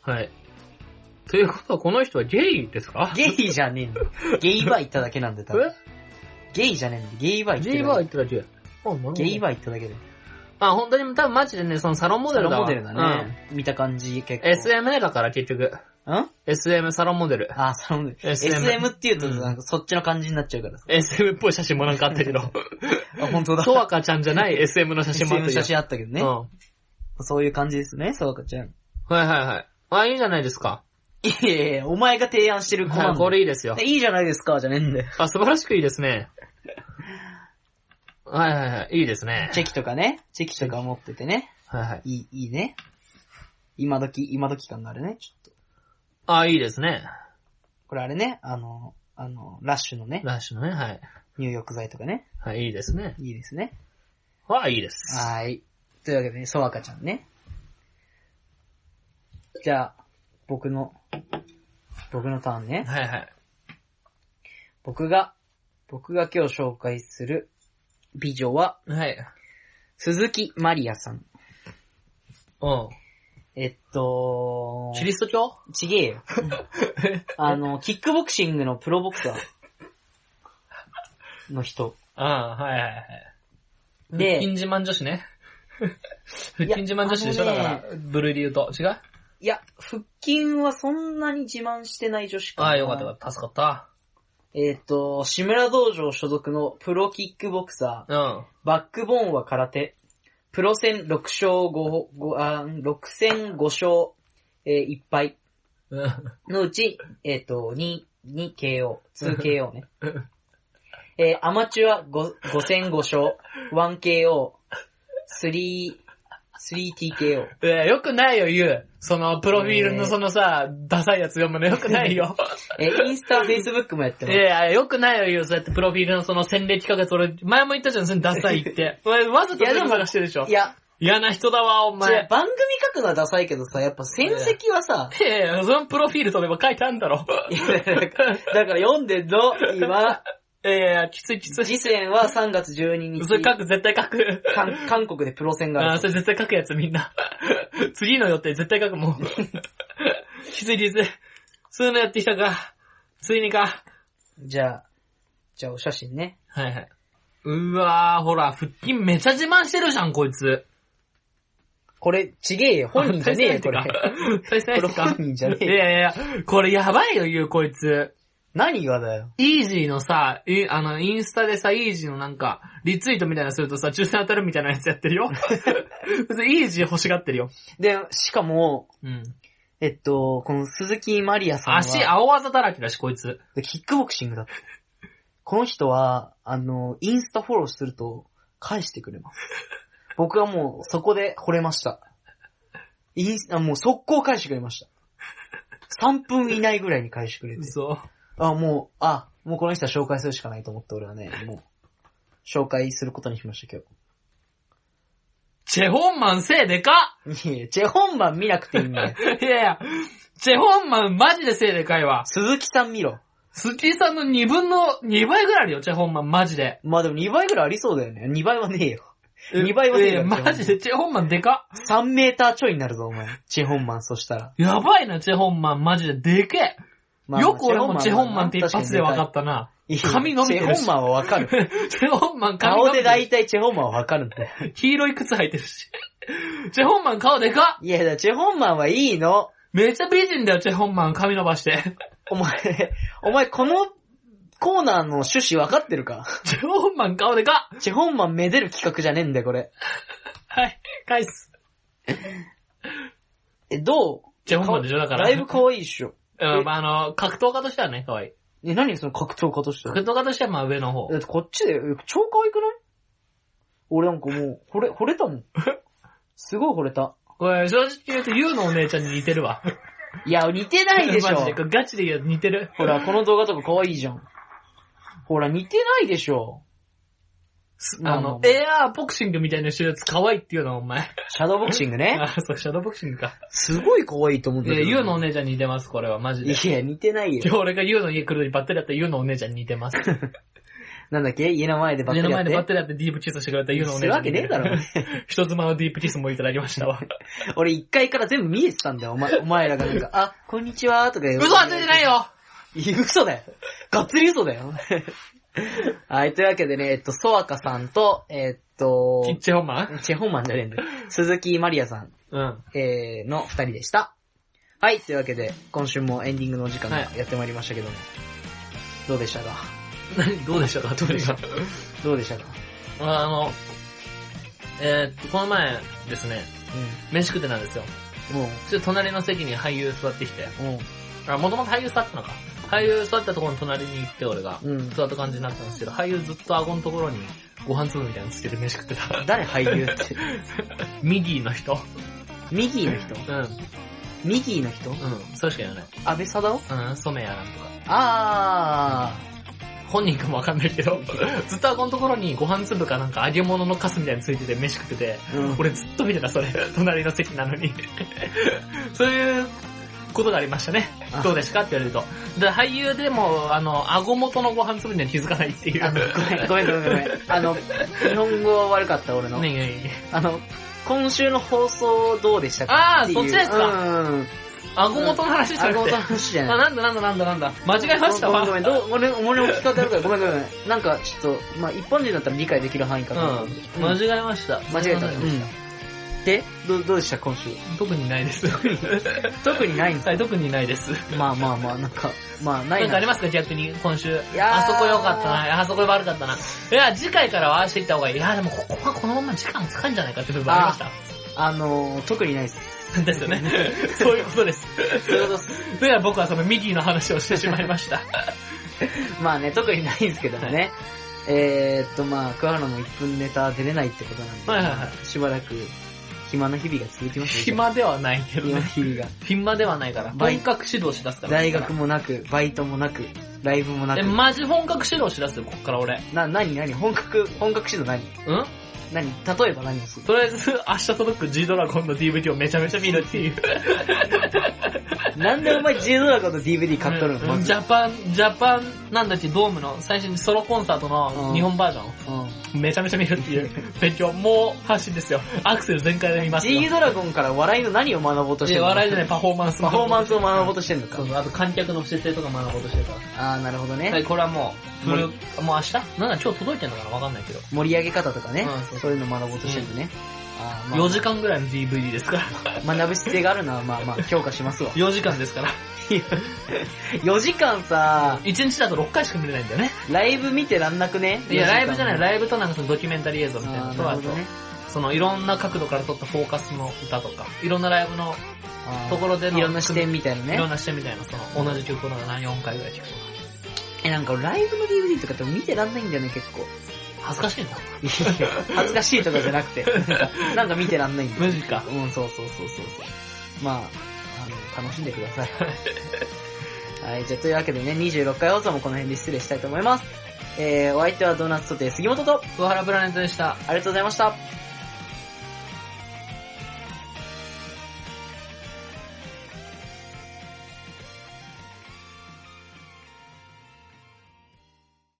Speaker 2: はい。ということは、この人はゲイですか
Speaker 1: ゲイじゃねえん
Speaker 2: [LAUGHS]
Speaker 1: だよ。ゲイバー行っただけなんで、多分。ゲイじゃねえんだよ。ゲイバー行って
Speaker 2: ゲイ
Speaker 1: る
Speaker 2: バー行ってただけ。あ、なるほど
Speaker 1: ゲイバー行っただけで。
Speaker 2: あ、本当に多分マジでね、そのサロンモデ
Speaker 1: サ
Speaker 2: ル
Speaker 1: ロン
Speaker 2: だわ。
Speaker 1: モデルだね。見た感じ、結
Speaker 2: うん。
Speaker 1: 構。
Speaker 2: SM だから結局。
Speaker 1: ん
Speaker 2: SM サロンモデル。
Speaker 1: あ、サロンモデル。
Speaker 2: SM
Speaker 1: SM って言うと、
Speaker 2: うん
Speaker 1: なんかそっちの感じになっちゃうからさ。
Speaker 2: SM っぽい写真もなんかあったけ [LAUGHS] ど。
Speaker 1: あ、本当だ。
Speaker 2: ソワカちゃんじゃない SM の写真もあっ
Speaker 1: SM
Speaker 2: たけど。
Speaker 1: 写真あったけどね
Speaker 2: う。ん。
Speaker 1: そういう感じですね、そうかちゃん。
Speaker 2: はいはいはい。あ、いいじゃないですか。
Speaker 1: いやいやいやお前が提案してるコマ
Speaker 2: はい、
Speaker 1: ン
Speaker 2: こ
Speaker 1: ド。
Speaker 2: れいいですよ。
Speaker 1: いいじゃないですか、じゃねえんだよ。
Speaker 2: あ、素晴らしくいいですね。はいはいはい、いいですね。
Speaker 1: チェキとかね、 [LAUGHS] チェキとか持っててね。
Speaker 2: はいはい。
Speaker 1: いい、いいね。今時、今時感があるね、ちょっと。
Speaker 2: あ、いいですね。
Speaker 1: これあれね、あの、あの、ラッシュのね、
Speaker 2: ラッシュのね、はい。
Speaker 1: 入浴剤とかね。
Speaker 2: はい、いいですね。
Speaker 1: いいですね。
Speaker 2: はい、いいです。
Speaker 1: はーい。というわけでね、ソワカちゃんね。じゃあ、僕の、僕のターンね。
Speaker 2: はいはい。
Speaker 1: 僕が、僕が今日紹介する美女は、
Speaker 2: はい。
Speaker 1: 鈴木マリアさん。
Speaker 2: うん。
Speaker 1: えっと、
Speaker 2: キリスト教
Speaker 1: ちげえ [LAUGHS] よ。あの、キックボクシングのプロボクサーの人。
Speaker 2: ああ、はいはいはい。
Speaker 1: で
Speaker 2: 腹筋自慢女子ね。腹 [LAUGHS] 筋自慢女子でし
Speaker 1: あ
Speaker 2: ょ、
Speaker 1: の
Speaker 2: だ
Speaker 1: ね
Speaker 2: から、部類で言うと。違う
Speaker 1: いや、腹筋はそんなに自慢してない女子かな。
Speaker 2: ああ、よかったよかった。助か
Speaker 1: えっと、志村道場所属のプロキックボクサー、
Speaker 2: った。うん。
Speaker 1: バックボーンは空手、プロ戦6勝5、5あ6戦5勝、えー、1敗
Speaker 2: うん
Speaker 1: のうち、えっと、2、2 KO、2KO [LAUGHS] ね。えーアマチュア5 5戦5勝、1KO、3、3TKO。
Speaker 2: いや、よくないよ、言う。その、プロフィール
Speaker 1: え
Speaker 2: の
Speaker 1: ー
Speaker 2: そのさ、ダサいやつ読むのよくな
Speaker 1: [LAUGHS]
Speaker 2: いよ。
Speaker 1: えーインスタ、フェイスブックもやって
Speaker 2: い
Speaker 1: ます。
Speaker 2: や、よくないよ、言う。そうやってプロフィールのその洗礼企画俺、前も言ったじゃん、それダサい
Speaker 1: [LAUGHS]
Speaker 2: って。お前わざとそういうの探してるでしょ
Speaker 1: い。や、
Speaker 2: 嫌な人だわ、お
Speaker 1: 違う
Speaker 2: 前。
Speaker 1: 番組書くのはダサいけどさ、やっぱ戦績はさ、
Speaker 2: いやいや、そのプロフィールとれば書いてあるんだろ。
Speaker 1: い
Speaker 2: [LAUGHS]
Speaker 1: やだからだから読んでんの、今。
Speaker 2: いやいや、きついきつい。
Speaker 1: 次戦は3月12日
Speaker 2: そ、れ書く、絶対書く。
Speaker 1: 韓韓国でプロ戦が
Speaker 2: あ
Speaker 1: あ
Speaker 2: あ、
Speaker 1: る。
Speaker 2: それ絶対書くやつみんな。 [LAUGHS] 次の予定絶対書
Speaker 1: [LAUGHS]
Speaker 2: くもん。きついきつい。そういうのやってきたか。ついにか。
Speaker 1: じゃあ、じゃあお写真ね。
Speaker 2: はいはい。うわー、ほら、腹筋めちゃ自慢してるじゃん、こいつ。
Speaker 1: これ、ちげえよ。本人じゃねえよ、これ。
Speaker 2: 大してないっすか。
Speaker 1: これ本人じゃねえ
Speaker 2: いやいやいや、これやばいよ、言う、こいつ。
Speaker 1: 何がだよ。
Speaker 2: イージーのさ、いあの、インスタでさ、イージーのなんか、リツイートみたいなのするとさ、抽選当たるみたいなやつやって
Speaker 1: [LAUGHS]
Speaker 2: るよ。別にイージー欲しがってるよ。
Speaker 1: で、しかも、
Speaker 2: うん。
Speaker 1: えっと、この鈴木マリアさんは、
Speaker 2: 足青技だらけだし、こいつ。
Speaker 1: キックボクシングだった。この人は、あの、インスタフォローすると、返してくれます。僕はもう、そこで惚れました。インスタ、もう速攻返してくれました。3分以内ぐらいに返してくれて。
Speaker 2: そう。
Speaker 1: あ、もう、あ、もうこの人は紹介するしかないと思って俺はね、もう、紹介することにしました今
Speaker 2: チェホンマンせいでか
Speaker 1: 日。いやチェホンマン見なくていいんだよ。
Speaker 2: いやいや、チェホンマンマジでせいでかいわ。
Speaker 1: 鈴木さん見ろ。
Speaker 2: スキーさんの2分の2倍ぐらいあるよ、チェホンマンマジで。
Speaker 1: まあでも2倍ぐらいありそうだよね。2倍はねえよ。2倍はねえ
Speaker 2: いや
Speaker 1: よ。
Speaker 2: マジでチェホンマンでかっ
Speaker 1: 3メーターちょいになるぞ、お前。チェホンマン、そしたら。
Speaker 2: やばいな、チェホンマンマジででけえ。よく俺もチェホンマンって一発で分かったな。
Speaker 1: た
Speaker 2: 髪伸びてるし
Speaker 1: チェホンマンはわ
Speaker 2: [LAUGHS]
Speaker 1: かる。
Speaker 2: チェホンマン髪
Speaker 1: 顔
Speaker 2: 伸
Speaker 1: で
Speaker 2: びてる
Speaker 1: 大体チェホンマンはわかるんだよ。
Speaker 2: 黄色い靴履いてるし。チェホンマン顔でかっ
Speaker 1: いや、だからチェホンマンはいいの。
Speaker 2: めっちゃ美人だよ、チェホンマン髪伸ばして。
Speaker 1: お前、 [LAUGHS] お前このコーナーの趣旨わかってるか
Speaker 2: チェホンマン顔でかっ
Speaker 1: チェホンマンめでる企画じゃねえんだよ、これ。
Speaker 2: はい、返す。
Speaker 1: え、どう
Speaker 2: チェホンマンでしょ、だから。
Speaker 1: だいぶ可愛いっしょ。
Speaker 2: うん、まあ、あの、格闘家としてはね、可愛い。
Speaker 1: え、何その格闘家として。
Speaker 2: 格闘家としてはまあ上の方
Speaker 1: だ。ってこっちで、え超可愛くない俺なんかもう、惚れ、惚れた
Speaker 2: [LAUGHS]
Speaker 1: もん。すごい惚れた。
Speaker 2: これ、正直言うと、ユウのお姉ちゃんに似てるわ。
Speaker 1: いや、似てないでし
Speaker 2: マ
Speaker 1: ょ
Speaker 2: ジ。これガチで言うと似てる。
Speaker 1: ほら、この動画とか可愛いじゃん。ほら、似てないでしょ。
Speaker 2: す
Speaker 1: まあま
Speaker 2: あ
Speaker 1: あま
Speaker 2: の、
Speaker 1: あ
Speaker 2: エアーボクシングみたいなしてるやつ可愛いっていうの、お前。
Speaker 1: シャドーボクシングね。
Speaker 2: あ、そう、シャドーボクシングか。
Speaker 1: すごい可愛いと思うんだけ
Speaker 2: で、
Speaker 1: ど。
Speaker 2: ユウのお姉ちゃんに似てます、これは、マジで。
Speaker 1: いや、似てないよ。
Speaker 2: 今日俺がユウの家来るのにバッテリーやったユウのお姉ちゃんに似てます。
Speaker 1: なんだっけ家の前でバッ
Speaker 2: 目
Speaker 1: テ
Speaker 2: の
Speaker 1: リーや
Speaker 2: 前
Speaker 1: っ
Speaker 2: でバッ
Speaker 1: て。
Speaker 2: テリーやってディープチスしてくれたユウの
Speaker 1: す
Speaker 2: お姉ち
Speaker 1: る
Speaker 2: ゃ
Speaker 1: わ
Speaker 2: ん
Speaker 1: け
Speaker 2: に似
Speaker 1: ね
Speaker 2: て
Speaker 1: え
Speaker 2: る。
Speaker 1: だろ。
Speaker 2: 人妻のディープチスもいただきました [LAUGHS] わ。
Speaker 1: 俺一階から全部見えてたんだよ。お前、お前らがなん
Speaker 2: [LAUGHS]
Speaker 1: か、あ、こんにちはとか言う。
Speaker 2: 嘘はついてないよ
Speaker 1: いや嘘だよ。がっつり嘘だよ。 [LAUGHS] はい、というわけでね、えっと、ソワカさんと、えっと
Speaker 2: キ、ッチンホンマン
Speaker 1: チェホンマンじゃねえんだよ。鈴木マリアさん、
Speaker 2: うん。は
Speaker 1: えー、の二人でした。はい、というわけで、今週もエンディングのお時間が
Speaker 2: は
Speaker 1: やってまいりましたけども、どうでしたか
Speaker 2: 何どうでしたかどうでしたか
Speaker 1: どうでしたか
Speaker 2: あの、えーっと、この前ですね、飯食ってたんですよ。
Speaker 1: うん。も
Speaker 2: ちょっと隣の席に俳優座ってきて、
Speaker 1: う、も
Speaker 2: あ、もともと俳優座ってたのか。俳優座ったところの隣に行って俺が、
Speaker 1: う、うん。
Speaker 2: 座った感じになったんですけど、俳優ずっと顎のところにご飯粒みたいなのつけて飯食ってた。
Speaker 1: 誰俳優
Speaker 2: [LAUGHS]
Speaker 1: って。
Speaker 2: ミギーの人。
Speaker 1: ミギーの人
Speaker 2: うん、うん。
Speaker 1: ミギーの人
Speaker 2: それしか言わない。
Speaker 1: 安倍貞夫
Speaker 2: うん、染谷なんとか。
Speaker 1: あ
Speaker 2: 本人かもわかんないけど、ずっと顎のところにご飯粒かなんか揚げ物のカスみたいについてて飯食ってて、
Speaker 1: ー。うん。
Speaker 2: 俺ずっと見て [LAUGHS] た、それ。隣の席なの [LAUGHS] に。そういうことがありましたね
Speaker 1: あ。
Speaker 2: どうですかって言われると。で、俳優でも、あの、顎元のご飯粒には気づかないっていう。 [LAUGHS]
Speaker 1: あのごめんごめんごめんごめん。あの、日本語悪かった俺の。
Speaker 2: ねえねえね
Speaker 1: あの、今週の放送どうでしたか
Speaker 2: あー
Speaker 1: っていう
Speaker 2: そっちですか
Speaker 1: うん。
Speaker 2: え顎元の話じゃ
Speaker 1: あ、
Speaker 2: な
Speaker 1: ご
Speaker 2: く
Speaker 1: め
Speaker 2: て。
Speaker 1: ん、
Speaker 2: あ、
Speaker 1: 話じゃない。
Speaker 2: なんだなんだなんだなんだ。間違えましたわ。
Speaker 1: ごめんごめん、どう俺俺も聞かれるから、ごめんごめん。なんかちょっと、まあ一般人だったら理解できる範囲かな。
Speaker 2: うん。間違えました。
Speaker 1: 間違えた。うん。で、どうどうでした今週。
Speaker 2: 特にないです。
Speaker 1: 特にないんです
Speaker 2: はい、特にないです。
Speaker 1: まあまあまあ、なんか、まあない
Speaker 2: なんかあり
Speaker 1: ま
Speaker 2: ますか逆に、今週。
Speaker 1: やー
Speaker 2: あそこ良かったな、あそこ悪かったな。いや、次回からはああしていった方がいい。いや、でもここはこのまま時間使うんじゃないかって部分ありました。
Speaker 1: あのー、特にないです。
Speaker 2: [LAUGHS] で
Speaker 1: [LAUGHS]
Speaker 2: すよね。そういうことです。
Speaker 1: そういうことっす。
Speaker 2: では僕はそのミギーの話をしてしまいました。
Speaker 1: まあね、特にないんですけどもね。えーっとまあ、桑原も1分ネタ出れないってことなんで、
Speaker 2: はいはいは
Speaker 1: しばらく暇な日々が続きますね
Speaker 2: 暇ではないけど
Speaker 1: 暇な
Speaker 2: ね。
Speaker 1: 日々
Speaker 2: [LAUGHS]
Speaker 1: が。
Speaker 2: 暇ではないから。
Speaker 1: バイ
Speaker 2: 本格指導しだすから。
Speaker 1: 大学もなく、バイトもなく、ライブもなく
Speaker 2: え、。マジ本格指導しだすよ、こっから俺。ん
Speaker 1: な、なになに本格、本格指導何何例えば何をする
Speaker 2: とりあえず、明日届く G ドラゴンの DVD をめちゃめちゃ見るっていう。
Speaker 1: なんでお前 G ドラゴンと DVD 買っとるの
Speaker 2: う
Speaker 1: ま
Speaker 2: ん
Speaker 1: ず
Speaker 2: ジ。ャパン、ジャパンなんだっけ、ドームの最初にソロコンサート
Speaker 1: うん
Speaker 2: の日本バージョ
Speaker 1: うん
Speaker 2: ン。めちゃめちゃ見るって [LAUGHS] いう。勉強、もう発信ですよ。アクセル全開で見ますよ。
Speaker 1: G ドラゴンから笑いの何を学ぼうとして
Speaker 2: で
Speaker 1: るの
Speaker 2: 笑いじゃない、パフォーマンス
Speaker 1: パフォーマン
Speaker 2: ス。
Speaker 1: スを学ぼうとしてるのか
Speaker 2: そう。そうあと観客の姿勢とか学ぼうとしてるから。
Speaker 1: あー、なるほど
Speaker 2: は
Speaker 1: ね
Speaker 2: い、。これはもう、
Speaker 1: フ
Speaker 2: フ
Speaker 1: ル
Speaker 2: ル、もう明日なんだ今日届いてんのかなわかんないけど。
Speaker 1: 盛り上げ方とかね
Speaker 2: うんそう。
Speaker 1: そういうの学ぼうとしてるのね。あーまあ
Speaker 2: 4時間ぐらいの DVD ですから。 [LAUGHS]
Speaker 1: 学ぶ姿勢があるのはまあまあ評価しますわ。
Speaker 2: 4時間ですから。
Speaker 1: 4時間さ、
Speaker 2: 1日だと6回しか見れないんだよね。
Speaker 1: ライブ見てらんなくね
Speaker 2: いや、ライブじゃない、
Speaker 1: イ
Speaker 2: ライブとなんかそのドキュメンタリー映像みたいな
Speaker 1: あ
Speaker 2: の
Speaker 1: ー
Speaker 2: と、
Speaker 1: な
Speaker 2: あ
Speaker 1: るほ
Speaker 2: と
Speaker 1: ど、ね。
Speaker 2: そのいろんな角度から撮ったフォーカスの歌とか、いろんなライブの
Speaker 1: あー
Speaker 2: ところでの、
Speaker 1: いろんな視点みたいない
Speaker 2: ろん
Speaker 1: ね。
Speaker 2: な視点みたいな、その、同じ曲を何4回ぐらい聴くとか。
Speaker 1: え、なんかライブの DVD とかって見てらんないんだよね、結構。
Speaker 2: 恥ずかしいな。
Speaker 1: いやいや恥ずかしいとかじゃなく
Speaker 2: [LAUGHS]
Speaker 1: て、なんかなんか見てらんないんだよ。
Speaker 2: マジか。
Speaker 1: うん、そうそうそうそうそう。まあ、あの、楽しんでください。はい、じゃあというわけでね、26回放送もこの辺で失礼したいと思います。えー、お相手はドーナツソテー杉本と、
Speaker 2: 桑原プラネットでした。
Speaker 1: ありがとうございました。